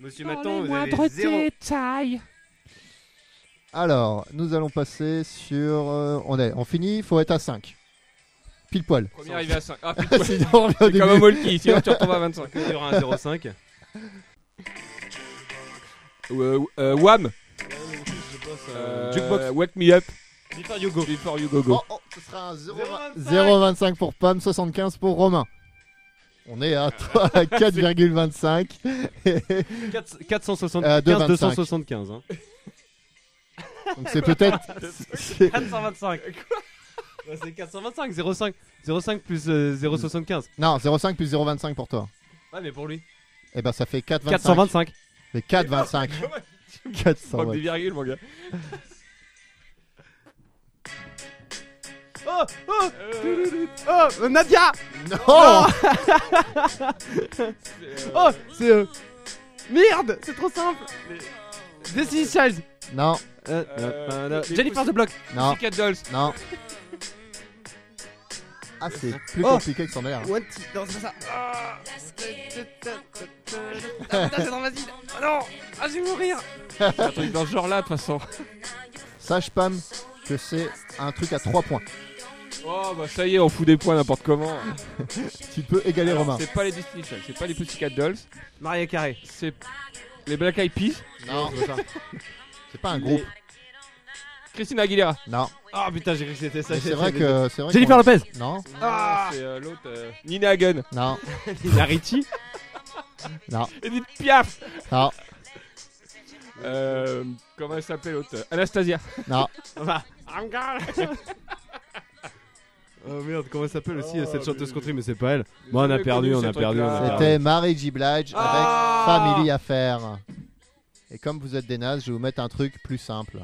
Speaker 5: Monsieur Maton, vous avez zéro.
Speaker 4: Alors, nous allons passer sur. euh, on, est, on finit, il faut être à 5. Pile poil.
Speaker 3: aller. Premier arrivé à 5. Ah, putain,
Speaker 4: Sinon, on revient
Speaker 3: c'est comme
Speaker 4: au
Speaker 3: un
Speaker 4: début.
Speaker 3: Molki, sinon tu retombes à 25.
Speaker 5: Il y aura un 0,5.
Speaker 3: Euh, euh, Wham
Speaker 5: Euh,
Speaker 3: euh,
Speaker 5: Jukebox.
Speaker 3: Wake Me Up.
Speaker 5: Before you go.
Speaker 3: Before You Go
Speaker 4: Oh,
Speaker 3: Go.
Speaker 4: oh, ce sera un 0,
Speaker 5: 0,25.
Speaker 4: 0,25 pour Pam, 75 pour Romain. On est à 3 à 4,25.
Speaker 5: 475,
Speaker 4: Euh, 2,25.
Speaker 5: 275. Hein.
Speaker 4: Donc c'est peut-être. c'est-
Speaker 5: 425. Bah, c'est 425, 05. 05 plus euh, 075.
Speaker 4: Non, 0,5 plus 0,25 pour toi.
Speaker 5: Ouais, mais pour lui.
Speaker 4: Eh ben ça fait 4,25.
Speaker 5: 425.
Speaker 4: Mais 4,25.
Speaker 3: Manque des
Speaker 4: 420.
Speaker 3: virgules, mon gars.
Speaker 5: Oh, oh, oh, euh, Nadia.
Speaker 4: Non
Speaker 5: Oh, c'est. euh, Merde, c'est trop simple. Destiny Child.
Speaker 4: Non,
Speaker 5: Euh,
Speaker 3: Euh,
Speaker 5: euh, euh,
Speaker 3: les
Speaker 5: Jennifer
Speaker 3: pouces-
Speaker 5: de Block.
Speaker 4: non,
Speaker 3: Pussycat Dolls.
Speaker 4: non. Ah, c'est plus
Speaker 5: Oh.
Speaker 4: compliqué que son air.
Speaker 5: What Non, c'est pas ça. Ah, Ah, putain, c'est dans Vasile. Oh non. Ah, je vais mourir.
Speaker 3: Un truc dans ce genre-là, de toute façon.
Speaker 4: Sache, Pam, que c'est un truc à 3 points.
Speaker 3: Oh, bah ça y est, on fout des points n'importe comment.
Speaker 4: Tu peux égaler
Speaker 3: Alors,
Speaker 4: Romain.
Speaker 3: C'est pas les Destiny Child, c'est pas les Pussycat Dolls,
Speaker 5: Maria Carré.
Speaker 3: c'est les Black Eyed Peas,
Speaker 4: Non, c'est pas un groupe.
Speaker 3: Christina Aguilera.
Speaker 4: Non,
Speaker 5: Ah putain, j'ai cru que c'était ça.
Speaker 4: Mais c'est
Speaker 5: j'ai-
Speaker 4: vrai que. c'est vrai
Speaker 5: Jennifer
Speaker 4: qu'on-
Speaker 5: Lopez.
Speaker 4: Non,
Speaker 5: Ah.
Speaker 3: C'est euh, l'autre euh, Nina Hagen,
Speaker 4: non,
Speaker 5: La Ritchie.
Speaker 3: Edith Piaf.
Speaker 4: non,
Speaker 3: Euh, comment elle s'appelle l'autre euh, Anastasia.
Speaker 4: non.
Speaker 5: Oh merde, comment elle s'appelle aussi euh, cette chanteuse country, mais c'est pas elle. Bon, on a
Speaker 3: J'ai
Speaker 5: perdu,
Speaker 3: connu
Speaker 5: on a
Speaker 3: ces
Speaker 5: perdu,
Speaker 3: trucs-là.
Speaker 5: on a perdu.
Speaker 4: C'était Mary G. Blige
Speaker 5: Ah.
Speaker 4: avec Family Affair. Et comme vous êtes des nazes, je vais vous mettre un truc plus simple.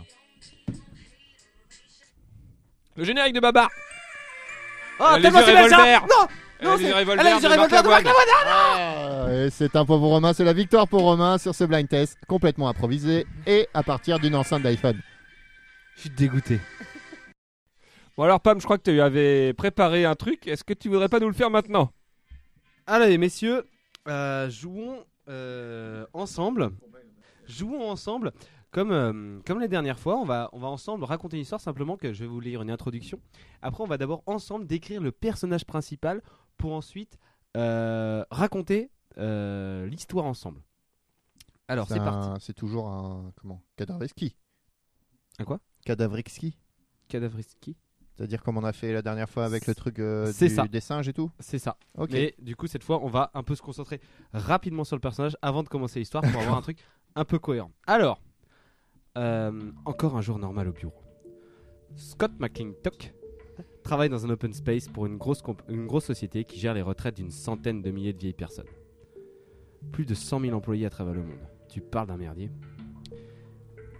Speaker 3: Le générique de Babar.
Speaker 5: Oh,
Speaker 3: Elle a
Speaker 5: tellement
Speaker 3: les yeux
Speaker 5: c'est belle ça
Speaker 3: revolver.
Speaker 5: Non
Speaker 3: Elle
Speaker 5: Non,
Speaker 3: a les
Speaker 5: c'est-
Speaker 3: revolvers
Speaker 5: elle a les
Speaker 3: de
Speaker 5: revolvers
Speaker 3: Marc
Speaker 5: de Marc
Speaker 3: Lavoine.
Speaker 4: Ah, et c'est un point pour Romain, c'est la victoire pour Romain sur ce blind test complètement improvisé et à partir d'une enceinte d'iPhone.
Speaker 5: Je suis dégoûté.
Speaker 3: Bon alors Pam, je crois que tu avais préparé un truc. Est-ce que tu voudrais pas nous le faire maintenant
Speaker 5: Allez, messieurs, euh, jouons euh, ensemble. Jouons ensemble. Comme, euh, comme la dernière fois, on va, on va ensemble raconter une histoire, simplement que je vais vous lire une introduction. Après, on va d'abord ensemble décrire le personnage principal pour ensuite euh, raconter euh, l'histoire ensemble. Alors, c'est
Speaker 4: un-
Speaker 5: parti.
Speaker 4: C'est toujours un comment Cadavreski.
Speaker 5: Un quoi
Speaker 4: Cadavreski.
Speaker 5: Cadavreski
Speaker 4: C'est-à-dire comme on a fait la dernière fois avec le truc euh,
Speaker 5: C'est
Speaker 4: du-
Speaker 5: ça.
Speaker 4: des singes et tout.
Speaker 5: C'est ça.
Speaker 4: Ok.
Speaker 5: Mais du coup, cette fois, on va un peu se concentrer rapidement sur le personnage avant de commencer l'histoire pour avoir un truc un peu cohérent. Alors, euh, encore un jour normal au bureau. Scott McClintock travaille dans un open space pour une grosse, comp- une grosse société qui gère les retraites d'une centaine de milliers de vieilles personnes. Plus de 100 000 employés à travers le monde. Tu parles d'un merdier.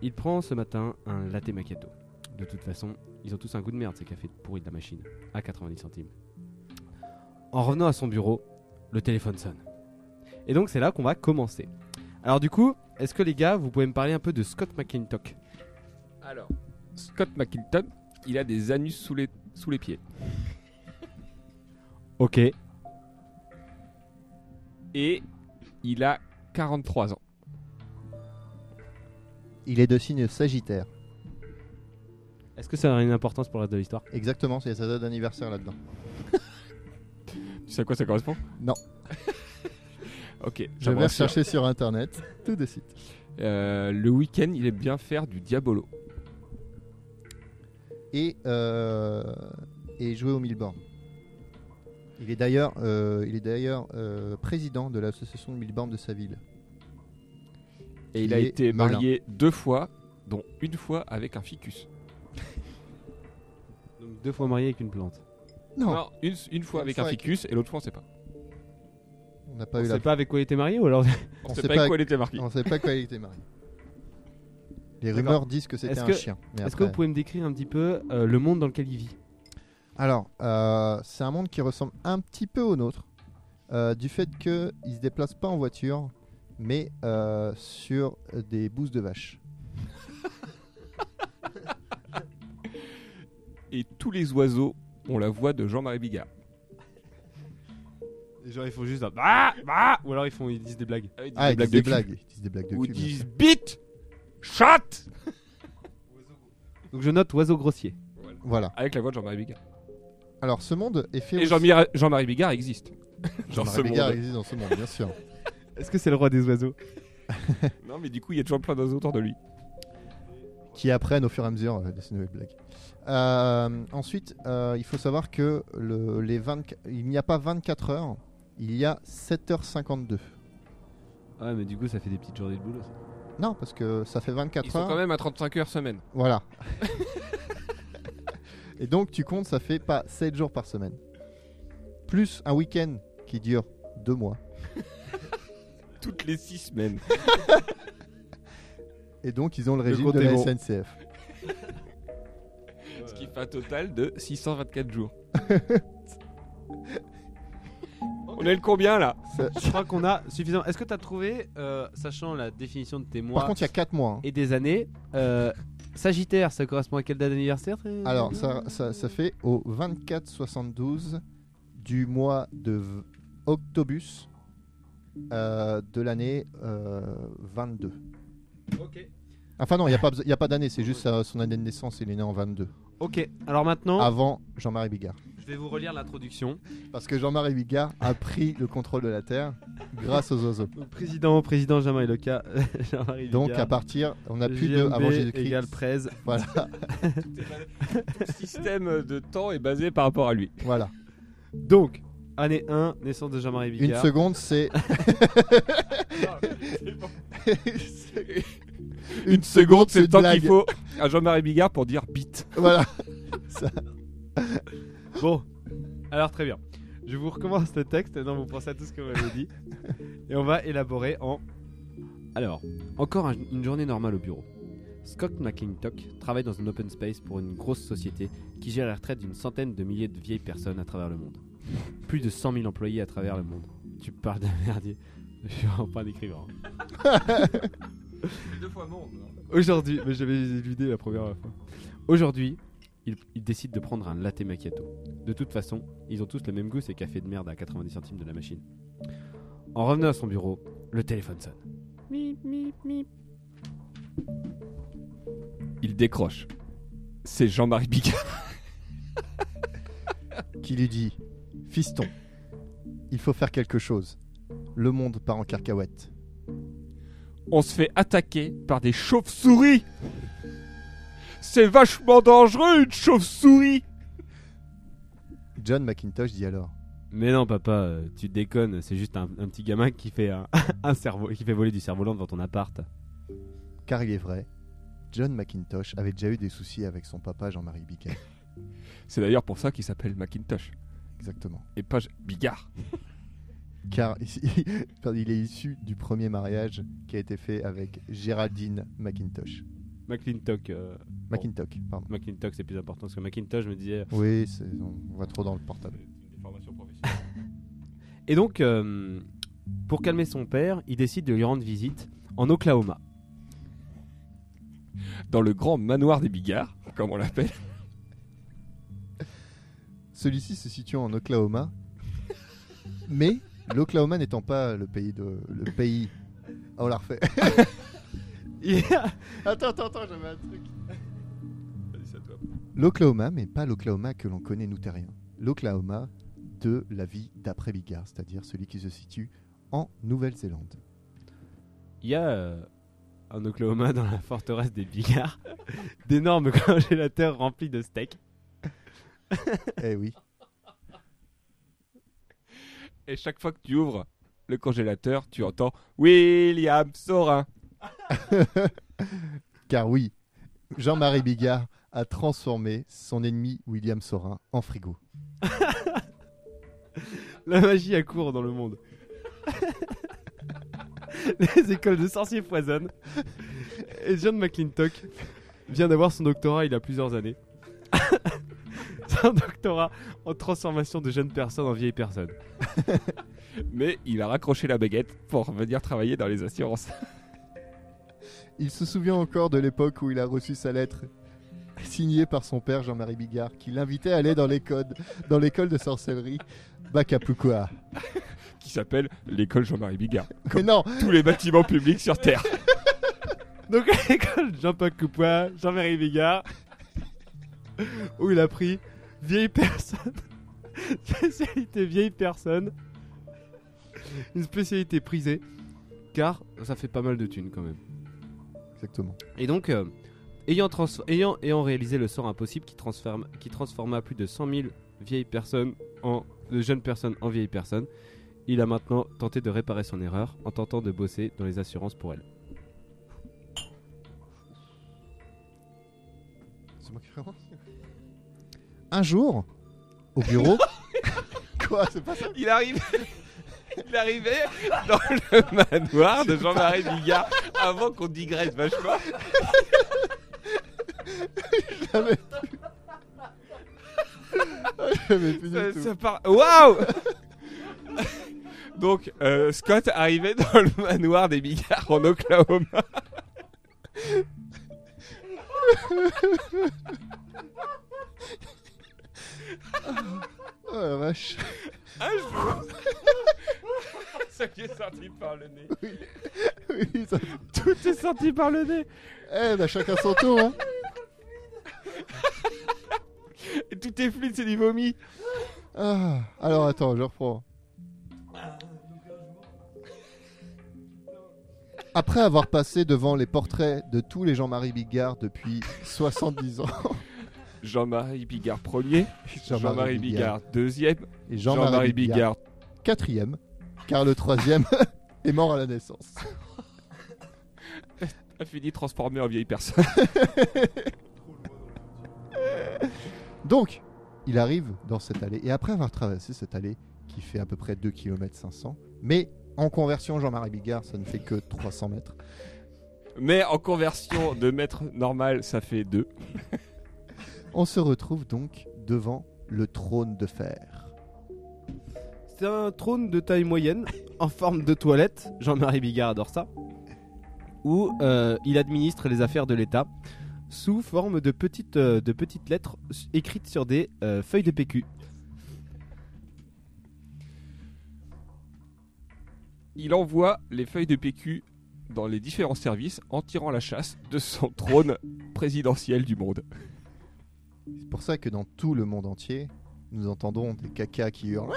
Speaker 5: Il prend ce matin un latte macchiato. De toute façon, ils ont tous un goût de merde, ces cafés pourris de la machine, à 90 centimes. En revenant à son bureau, le téléphone sonne. Et donc c'est là qu'on va commencer. Alors du coup, est-ce que les gars, vous pouvez me parler un peu de Scott McClintock
Speaker 3: Alors, Scott McKilton, il a des anus sous les, sous les pieds.
Speaker 5: Ok.
Speaker 3: Et il a 43 ans.
Speaker 4: Il est de signe Sagittaire.
Speaker 5: Est-ce que ça a une importance pour le reste de l'histoire
Speaker 4: Exactement, c'est sa date d'anniversaire là-dedans.
Speaker 3: Tu sais à quoi ça correspond
Speaker 4: Non.
Speaker 3: ok,
Speaker 4: Je
Speaker 3: ça me
Speaker 4: vais
Speaker 3: rassure.
Speaker 4: rechercher sur internet tout de suite.
Speaker 3: Euh, le week-end, il aime bien faire du diabolo.
Speaker 4: Et euh, et jouer au Milborn. Il est d'ailleurs euh, il est d'ailleurs euh, président de l'association de Milborn de sa ville.
Speaker 3: Et il,
Speaker 4: Il
Speaker 3: a
Speaker 4: est
Speaker 3: été
Speaker 4: malin.
Speaker 3: marié deux fois, dont une fois avec un ficus.
Speaker 5: Donc deux fois marié avec une plante.
Speaker 4: Non,
Speaker 3: Non, une, une fois
Speaker 4: Une
Speaker 3: avec
Speaker 4: fois
Speaker 3: un
Speaker 4: avec-
Speaker 3: ficus et l'autre fois on sait pas.
Speaker 4: on n'a
Speaker 5: On
Speaker 4: pas eu la.
Speaker 5: sait pas avec quoi il était marié ou alors
Speaker 3: On sait pas avec quoi il était marqué.
Speaker 4: On sait pas quoi il était marié. Les
Speaker 5: D'accord.
Speaker 4: rumeurs disent que c'était
Speaker 5: Est-ce
Speaker 4: un
Speaker 5: que-
Speaker 4: chien. mais
Speaker 5: Est-ce que
Speaker 4: après-
Speaker 5: vous pouvez me décrire un petit peu euh, le monde dans lequel il vit
Speaker 4: Alors, euh, c'est un monde qui ressemble un petit peu au nôtre, euh, du fait qu'il ne se déplace pas en voiture, mais euh, sur des bouses de vache.
Speaker 3: Et tous les oiseaux ont la voix de Jean-Marie Bigard.
Speaker 5: Genre ils font juste un bah bah ou alors ils font ils disent des blagues.
Speaker 3: Avec
Speaker 4: Ah, ils disent des
Speaker 3: cul.
Speaker 4: blagues. Ils disent des blagues de
Speaker 3: Ou
Speaker 4: cul. bien
Speaker 3: disent
Speaker 4: sûr.
Speaker 3: bite, chatte
Speaker 5: Donc je note oiseau grossier.
Speaker 4: Voilà.
Speaker 3: Avec la voix de Jean-Marie Bigard.
Speaker 4: Alors, ce monde est fait.
Speaker 3: Et
Speaker 4: aussi-
Speaker 3: Jean-Mira- Jean-Marie Bigard existe. Genre
Speaker 4: Jean-Marie
Speaker 3: ce
Speaker 4: Bigard
Speaker 3: monde.
Speaker 4: existe dans ce monde, bien sûr.
Speaker 5: Est-ce que c'est le roi des oiseaux
Speaker 3: Non, mais du coup, il y a toujours plein d'oiseaux autour de lui.
Speaker 4: qui apprennent au fur et à mesure euh, de ces nouvelles blagues. Euh, ensuite, euh, il faut savoir que le, les 20 il n'y a pas 24 heures, il y a 7h52.
Speaker 5: Ouais mais du coup ça fait des petites journées de boulot.
Speaker 4: Non, parce que ça fait 24
Speaker 3: Ils
Speaker 4: heures.
Speaker 3: sont quand même à 35 heures semaine.
Speaker 4: Voilà. et donc tu comptes, ça fait pas 7 jours par semaine. Plus un week-end qui dure 2 mois.
Speaker 3: Toutes les 6 semaines.
Speaker 4: Et donc ils ont le régime
Speaker 5: compte
Speaker 4: de
Speaker 5: est
Speaker 4: la
Speaker 5: bon.
Speaker 4: SNCF.
Speaker 3: Ce qui fait un total de 624 jours. On est le combien là
Speaker 4: Ça-
Speaker 5: Je crois qu'on a suffisant. Est-ce que t'as trouvé euh, sachant la définition de tes mois
Speaker 4: Par contre, il y a 4 mois. hein.
Speaker 5: et des années. Euh, Sagittaire, ça correspond à quelle date d'anniversaire très-
Speaker 4: Alors
Speaker 3: Mhm.
Speaker 4: ça, ça, ça fait au 24-72 du mois de v- Octobus euh, de l'année euh, 22.
Speaker 5: Ok.
Speaker 4: Enfin non, il n'y a pas, beso- il y a pas d'année, c'est juste sa- son année de naissance, il est né en 22.
Speaker 5: Ok. Alors maintenant,
Speaker 4: Avant Jean-Marie Bigard.
Speaker 5: je vais vous relire l'introduction.
Speaker 4: Parce que Jean-Marie Bigard a pris le contrôle de la Terre grâce aux oiseaux.
Speaker 5: Donc, président, président Jean-Marie Leca. Jean-Marie
Speaker 4: Donc
Speaker 5: Bigard.
Speaker 4: à partir, on a plus de
Speaker 5: JMB
Speaker 4: avant Jésus-Christ.
Speaker 5: égale 13.
Speaker 4: Voilà,
Speaker 3: Le système de temps est basé par rapport à lui.
Speaker 4: voilà.
Speaker 5: Donc, année 1, naissance de Jean-Marie
Speaker 4: Une
Speaker 5: Bigard.
Speaker 4: seconde, c'est
Speaker 3: Une seconde, c'est le
Speaker 4: une
Speaker 3: temps qu'il
Speaker 4: blague.
Speaker 3: faut à Jean-Marie Bigard pour dire bite.
Speaker 4: voilà.
Speaker 5: Bon. Alors très bien. Je vous recommence le texte. Non, vous pensez à tout ce que vous m'avez dit. Et on va élaborer en. Alors, encore un- une journée normale au bureau. Scott McClintock travaille dans un open space pour une grosse société qui gère la retraite d'une centaine de milliers de vieilles personnes à travers le monde. Plus de 100 000 employés à travers le monde. Tu parles de merdier. Je suis vraiment pas un écrivain. hein.
Speaker 3: Deux fois monde.
Speaker 5: Aujourd'hui, mais j'avais éludé la première fois. Aujourd'hui, ils, ils décident de prendre un latte macchiato. De toute façon, ils ont tous le même goût, ces cafés de merde à 90 centimes de la machine. En revenant à son bureau, le téléphone sonne. Mip, mip, mip.
Speaker 3: Il décroche. C'est Jean-Marie Bigard.
Speaker 4: qui lui dit Fiston, il faut faire quelque chose. Le monde part en carcahuète.
Speaker 3: On se fait attaquer par des chauves-souris. C'est vachement dangereux une chauve-souris.
Speaker 4: John McIntosh dit alors
Speaker 5: Mais non, papa, euh, tu déconnes, c'est juste un, un petit gamin qui fait, un, un cerveau, qui fait voler du cerf-volant devant ton appart.
Speaker 4: Car il est vrai, John McIntosh avait déjà eu des soucis avec son papa Jean-Marie Bickel.
Speaker 3: C'est d'ailleurs pour ça qu'il s'appelle Macintosh
Speaker 4: Exactement.
Speaker 3: et pas Bigard.
Speaker 4: Car il est issu du premier mariage qui a été fait avec Géraldine McIntosh.
Speaker 5: McClintock, euh,
Speaker 4: McIntosh, pardon.
Speaker 5: McClintock, c'est plus important parce que McIntosh me disait.
Speaker 4: Oui, c'est- on va trop dans le portable.
Speaker 5: Et donc, euh, pour calmer son père, il décide de lui rendre visite en Oklahoma.
Speaker 3: Dans le grand manoir des Bigards, comme on l'appelle.
Speaker 4: Celui-ci se situe en Oklahoma, mais l'Oklahoma n'étant pas le pays de le pays. Ah, on l'a refait. attends, attends, attends, j'avais un truc. L'Oklahoma, mais pas l'Oklahoma que l'on connaît nous terriens. L'Oklahoma de la vie d'après Bigard, c'est-à-dire celui qui se situe en Nouvelle-Zélande.
Speaker 5: Il y a euh, en Oklahoma, dans la forteresse des Bigards, d'énormes congélateurs remplis de steaks.
Speaker 4: eh oui.
Speaker 3: Et chaque fois que tu ouvres le congélateur, tu entends William Sorin.
Speaker 4: Car oui, Jean-Marie Bigard a transformé son ennemi William Sorin en frigo.
Speaker 5: La magie a cours dans le monde. Les écoles de sorciers foisonnent. Et John McClintock vient d'avoir son doctorat il y a plusieurs années. C'est un doctorat en transformation de jeunes personnes en vieilles personnes.
Speaker 3: Mais il a raccroché la baguette pour venir travailler dans les assurances.
Speaker 4: Il se souvient encore de l'époque où il a reçu sa lettre signée par son père Jean-Marie Bigard qui l'invitait à aller dans les codes, dans l'école de sorcellerie Bacapoukoa.
Speaker 3: Qui s'appelle l'école Jean-Marie Bigard.
Speaker 4: Mais non,
Speaker 3: Tous les bâtiments publics sur Terre.
Speaker 5: Donc à l'école Jean-Paul Coupois, Jean-Marie Bigard, où il a pris vieille personne, spécialité vieille personne, une spécialité prisée, car ça fait pas mal de thunes quand même.
Speaker 4: exactement.
Speaker 5: Et donc, euh, ayant, trans- ayant, ayant réalisé le sort impossible qui, transforme, qui transforma plus de 100 000 vieilles personnes en, de jeunes personnes en vieilles personnes, il a maintenant tenté de réparer son erreur en tentant de bosser dans les assurances pour elle.
Speaker 4: Un jour, au bureau. Quoi, c'est pas ça
Speaker 3: Il arrive. Il arrivait dans le manoir de Jean-Marie Bigard avant qu'on digresse vachement.
Speaker 4: J'avais plus. J'avais plus
Speaker 3: Ça-
Speaker 4: du tout.
Speaker 3: ça part- Waouh Donc, euh, Scott arrivait dans le manoir des Bigards en Oklahoma.
Speaker 4: Oh la vache.
Speaker 3: Ce qui est sorti par le nez.
Speaker 4: Oui, ça-
Speaker 3: Tout est sorti par le nez.
Speaker 4: Eh, bah chacun son tour. Hein.
Speaker 3: Et tout est fluide, c'est du vomi.
Speaker 4: Ah, alors attends, je reprends. Après avoir passé devant les portraits de tous les Jean-Marie Bigard depuis 70 ans,
Speaker 3: Jean-Marie Bigard premier,
Speaker 4: Jean-Marie
Speaker 3: Jean-Marie Bigard deuxième,
Speaker 4: et
Speaker 3: Jean-Marie Bigard
Speaker 4: quatrième, car le troisième est mort à la naissance.
Speaker 3: a fini transformé en vieille personne.
Speaker 4: Donc, il arrive dans cette allée, et après avoir traversé cette allée, qui fait à peu près 2 km 500, mais en conversion Jean-Marie Bigard, ça ne fait que 300 mètres,
Speaker 3: Mais en conversion de mètre normal, ça fait deux.
Speaker 4: on se retrouve donc devant le trône de fer.
Speaker 5: C'est un trône de taille moyenne, en forme de toilette, Jean-Marie Bigard adore ça, où euh, il administre les affaires de l'État sous forme de petites, euh, de petites lettres s- écrites sur des euh, feuilles de PQ.
Speaker 3: Il envoie les feuilles de PQ dans les différents services en tirant la chasse de son trône présidentiel du monde.
Speaker 4: C'est pour ça que dans tout le monde entier, nous entendons des cacas qui hurlent.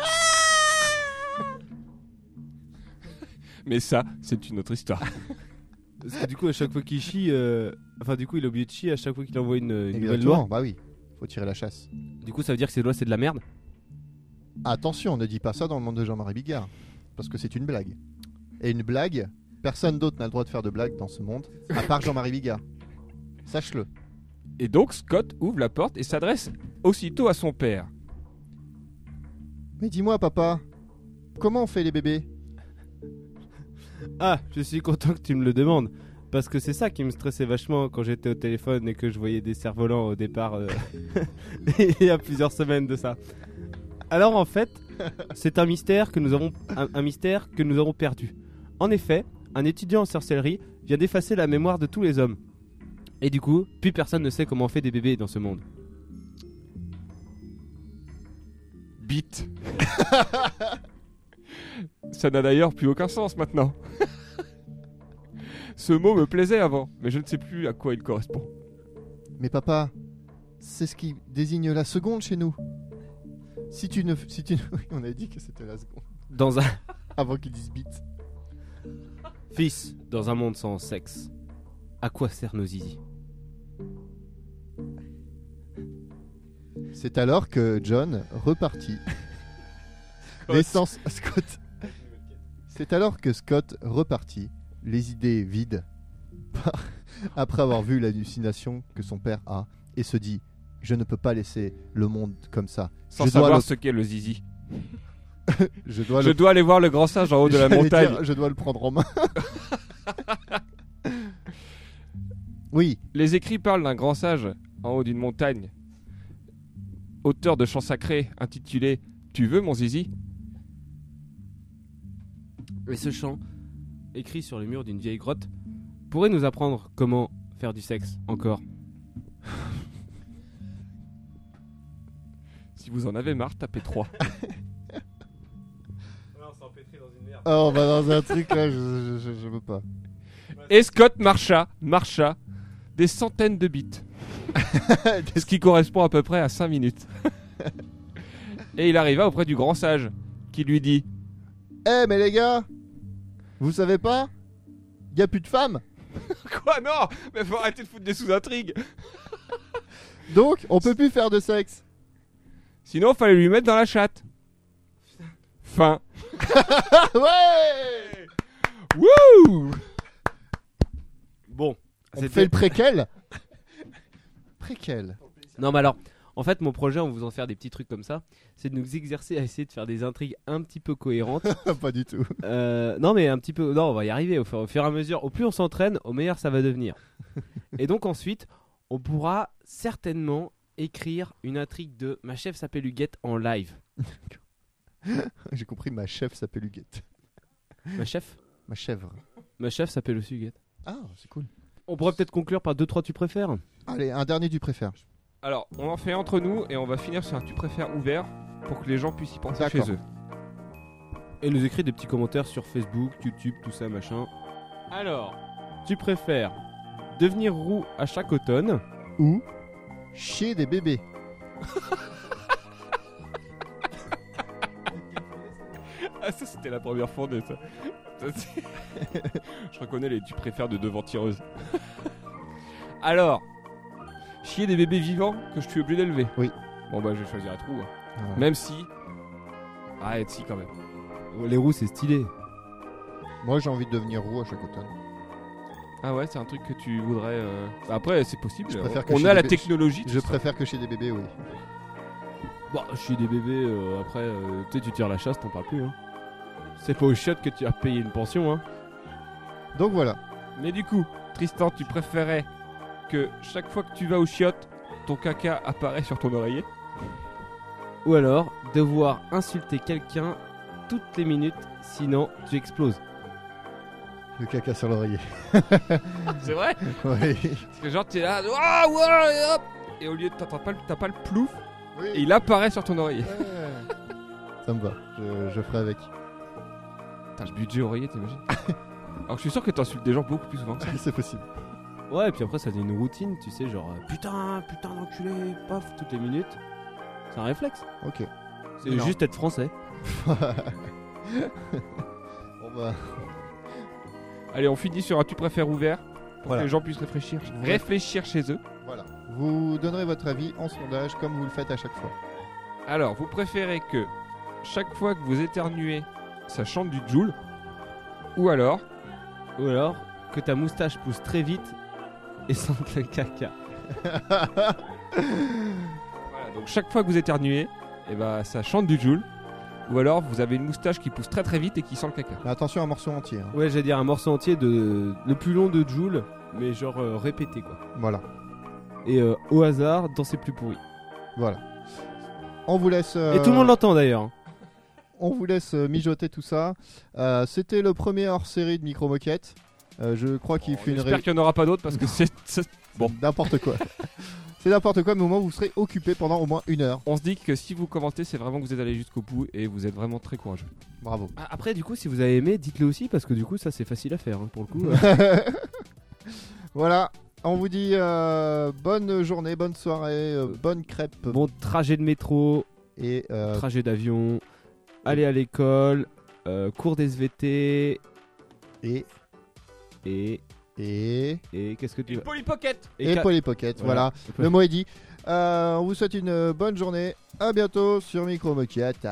Speaker 3: Mais ça, c'est une autre histoire.
Speaker 5: Parce que du coup, à chaque fois qu'il chie, euh, enfin, du coup, il a oublié de chier à chaque fois qu'il envoie une, une nouvelle
Speaker 4: Exactement,
Speaker 5: loi.
Speaker 4: bah oui, faut tirer la chasse.
Speaker 5: Du coup, ça veut dire que ces lois, c'est de la merde.
Speaker 4: Attention, ne dis pas ça dans le monde de Jean-Marie Bigard, parce que c'est une blague. Et une blague, personne d'autre n'a le droit de faire de blague dans ce monde, à part Jean-Marie Bigard. Sache-le.
Speaker 3: Et donc Scott ouvre la porte et s'adresse aussitôt à son père.
Speaker 4: Mais dis-moi, papa, comment on fait les bébés
Speaker 5: Ah, je suis content que tu me le demandes. Parce que c'est ça qui me stressait vachement quand j'étais au téléphone et que je voyais des cerfs-volants au départ euh, il y a plusieurs semaines de ça. Alors en fait, c'est un mystère que nous avons un, un mystère que nous avons perdu. En effet, un étudiant en sorcellerie vient d'effacer la mémoire de tous les hommes. Et du coup, plus personne ne sait comment on fait des bébés dans ce monde.
Speaker 3: Bite. ça n'a d'ailleurs plus aucun sens maintenant. Ce mot me plaisait avant, mais je ne sais plus à quoi il correspond.
Speaker 4: Mais papa, c'est ce qui désigne la seconde chez nous. Si tu ne. Si tu ne- Oui, on a dit que c'était la seconde.
Speaker 5: Dans un
Speaker 4: Avant qu'ils disent bite.
Speaker 5: fils, dans un monde sans sexe. À quoi sert nos zizi
Speaker 4: C'est alors que John repartit. L'essence. Scott. C'est alors que Scott repartit, les idées vides, par- après avoir vu l'hallucination que son père a, et se dit Je ne peux pas laisser le monde comme ça.
Speaker 3: Sans
Speaker 4: je, dois
Speaker 3: savoir
Speaker 4: le...
Speaker 3: ce qu'est le zizi.
Speaker 4: je dois
Speaker 3: Je
Speaker 4: le.
Speaker 3: dois aller voir le grand sage en haut de la
Speaker 4: J'allais
Speaker 3: montagne.
Speaker 4: dire, je dois le prendre en main. oui,
Speaker 3: Les écrits parlent d'un grand sage en haut d'une montagne, auteur de chants sacrés intitulé Tu veux mon zizi
Speaker 5: Et ce chant, écrit sur le mur d'une vieille grotte, pourrait nous apprendre comment faire du sexe encore.
Speaker 3: Si vous en avez marre, tapez 3.
Speaker 4: Ah, on va dans un truc là, je, je, je- je veux pas.
Speaker 3: Et Scott marcha, marcha, des centaines de bits. ce qui correspond à peu près à 5 minutes. Et il arriva auprès du grand sage, qui lui dit
Speaker 4: Eh, mais les gars, vous savez pas Y a plus de femmes
Speaker 3: Quoi non Mais faut arrêter de foutre des sous-intrigues
Speaker 4: Donc, on peut plus faire de sexe.
Speaker 3: Sinon, fallait lui mettre dans la chatte. Fin.
Speaker 4: Ah ouais
Speaker 3: Wouh
Speaker 5: Bon,
Speaker 4: On fait le préquel Préquel.
Speaker 5: Non, mais alors, en fait, mon projet, en vous en faire des petits trucs comme ça, c'est de nous exercer à essayer de faire des intrigues un petit peu cohérentes.
Speaker 4: Ah, pas du tout.
Speaker 5: Euh, non, mais un petit peu. Non, on va y arriver au fur, au fur et à mesure. Au plus on s'entraîne, au meilleur ça va devenir. et donc ensuite, on pourra certainement écrire une intrigue de ma chef s'appelle Huguette en live.
Speaker 4: J'ai compris, ma chef s'appelle Huguette.
Speaker 5: Ma chef,
Speaker 4: Ma chèvre.
Speaker 5: ma chef s'appelle aussi Huguette.
Speaker 4: Ah, c'est cool.
Speaker 5: On pourrait peut-être conclure par deux trois tu préfères.
Speaker 4: Allez, un dernier du préfère.
Speaker 3: Alors, on en fait entre nous et on va finir sur un tu préfères ouvert pour que les gens puissent y penser
Speaker 4: D'accord.
Speaker 3: chez eux.
Speaker 5: et nous écrit des petits commentaires sur Facebook, YouTube, tout ça, machin. Alors, tu préfères devenir roux à chaque automne
Speaker 4: Ou chier des bébés.
Speaker 3: Ah, ça, c'était la première fondée, ça. Ça, c'est- Je reconnais les tu préfères de devant tireuse. Alors, chier des bébés vivants que je suis obligé d'élever.
Speaker 4: Oui.
Speaker 3: Bon, bah, je vais choisir un trou. hein.
Speaker 4: Ah.
Speaker 3: Même si. Arrête, si, quand même.
Speaker 5: Les roux, c'est stylé.
Speaker 4: Moi, j'ai envie de devenir roux à chaque automne.
Speaker 3: Ah ouais, c'est un truc que tu voudrais. euh, bah, après, c'est possible.
Speaker 4: Je
Speaker 3: On-
Speaker 4: préfère que
Speaker 3: on
Speaker 4: chez
Speaker 3: a
Speaker 4: les
Speaker 3: la
Speaker 4: bé-
Speaker 3: technologie.
Speaker 4: Je
Speaker 3: tout ça.
Speaker 4: préfère que chier des bébés, oui.
Speaker 5: Bah, je suis des bébés, euh, après, euh, tu sais, tu tires la chasse, t'en parles plus. Hein. C'est pas aux chiottes que tu as payé une pension, hein.
Speaker 4: Donc voilà.
Speaker 3: Mais du coup, Tristan, tu préférais que chaque fois que tu vas aux chiottes, ton caca apparaît sur ton oreiller
Speaker 5: Ou alors, devoir insulter quelqu'un toutes les minutes, sinon tu exploses.
Speaker 4: Le caca sur l'oreiller.
Speaker 3: C'est vrai
Speaker 4: Oui.
Speaker 3: Parce que genre, t'es là, Ouah, ouah, et hop Et au lieu de t'entends pas, le- t'as pas le plouf, et il apparaît sur ton oreiller.
Speaker 4: Ça me va, je, je ferai avec.
Speaker 3: Putain, le budget oreiller, t'imagines Alors je suis sûr que t'insultes des gens beaucoup plus souvent que ça.
Speaker 4: C'est possible.
Speaker 5: Ouais, et puis après, ça devient une routine, tu sais, genre euh, putain, putain d'enculé, paf, toutes les minutes. C'est un réflexe.
Speaker 4: Ok.
Speaker 5: C'est
Speaker 4: Énorme.
Speaker 5: juste être français.
Speaker 4: Bon bah,
Speaker 3: Allez, on finit sur un tu préfères ouvert pour
Speaker 4: Voilà.
Speaker 3: que les gens puissent réfléchir, réfléchir chez eux.
Speaker 4: voilà. Vous donnerez votre avis en sondage comme vous le faites à chaque fois.
Speaker 3: Alors, vous préférez que chaque fois que vous éternuez, ça chante du Joule Ou alors,
Speaker 5: Ou alors, que ta moustache pousse très vite et sente le caca.
Speaker 3: voilà, donc chaque fois que vous éternuez, eh ben, ça chante du Joule Ou alors, vous avez une moustache qui pousse très très vite et qui sent le caca.
Speaker 4: Mais attention, un morceau entier. hein.
Speaker 5: Ouais, j'allais dire un morceau entier de. le plus long de Joule, mais genre euh, répété quoi.
Speaker 4: Voilà,
Speaker 5: Et euh, au hasard, dans ses plus pourris.
Speaker 4: voilà. On vous laisse.
Speaker 5: Et tout
Speaker 4: euh,
Speaker 5: le monde l'entend d'ailleurs.
Speaker 4: on vous laisse euh, mijoter tout ça. Euh, C'était le premier hors série de Micro Moquette. Euh, je crois qu'il fait une
Speaker 3: Oh, J'espère qu'il n'y en aura pas d'autres parce que c'est. c'est- bon.
Speaker 4: N'importe quoi. C'est n'importe quoi, mais au moins vous serez occupé pendant au moins une heure.
Speaker 3: On se dit que si vous commentez, c'est vraiment que vous êtes allé jusqu'au bout et vous êtes vraiment très courageux.
Speaker 4: Bravo.
Speaker 5: Ah, Après, du coup, si vous avez aimé, dites-le aussi parce que du coup, ça c'est facile à faire hein, pour le coup.
Speaker 4: voilà. On vous dit euh, bonne journée, bonne soirée, euh, bonne crêpe
Speaker 5: bon, trajet de métro,
Speaker 4: et euh,
Speaker 5: trajet d'avion, aller à l'école, euh, cours des SVT
Speaker 4: et
Speaker 5: et.
Speaker 4: et
Speaker 5: Et qu'est-ce que tu veux
Speaker 3: Polypocket
Speaker 4: et,
Speaker 5: ca-
Speaker 4: Polly Pocket. Voilà.
Speaker 5: Et Paul-
Speaker 4: Le mot est dit. Euh, on vous souhaite une bonne journée. À bientôt sur Micro Moquette.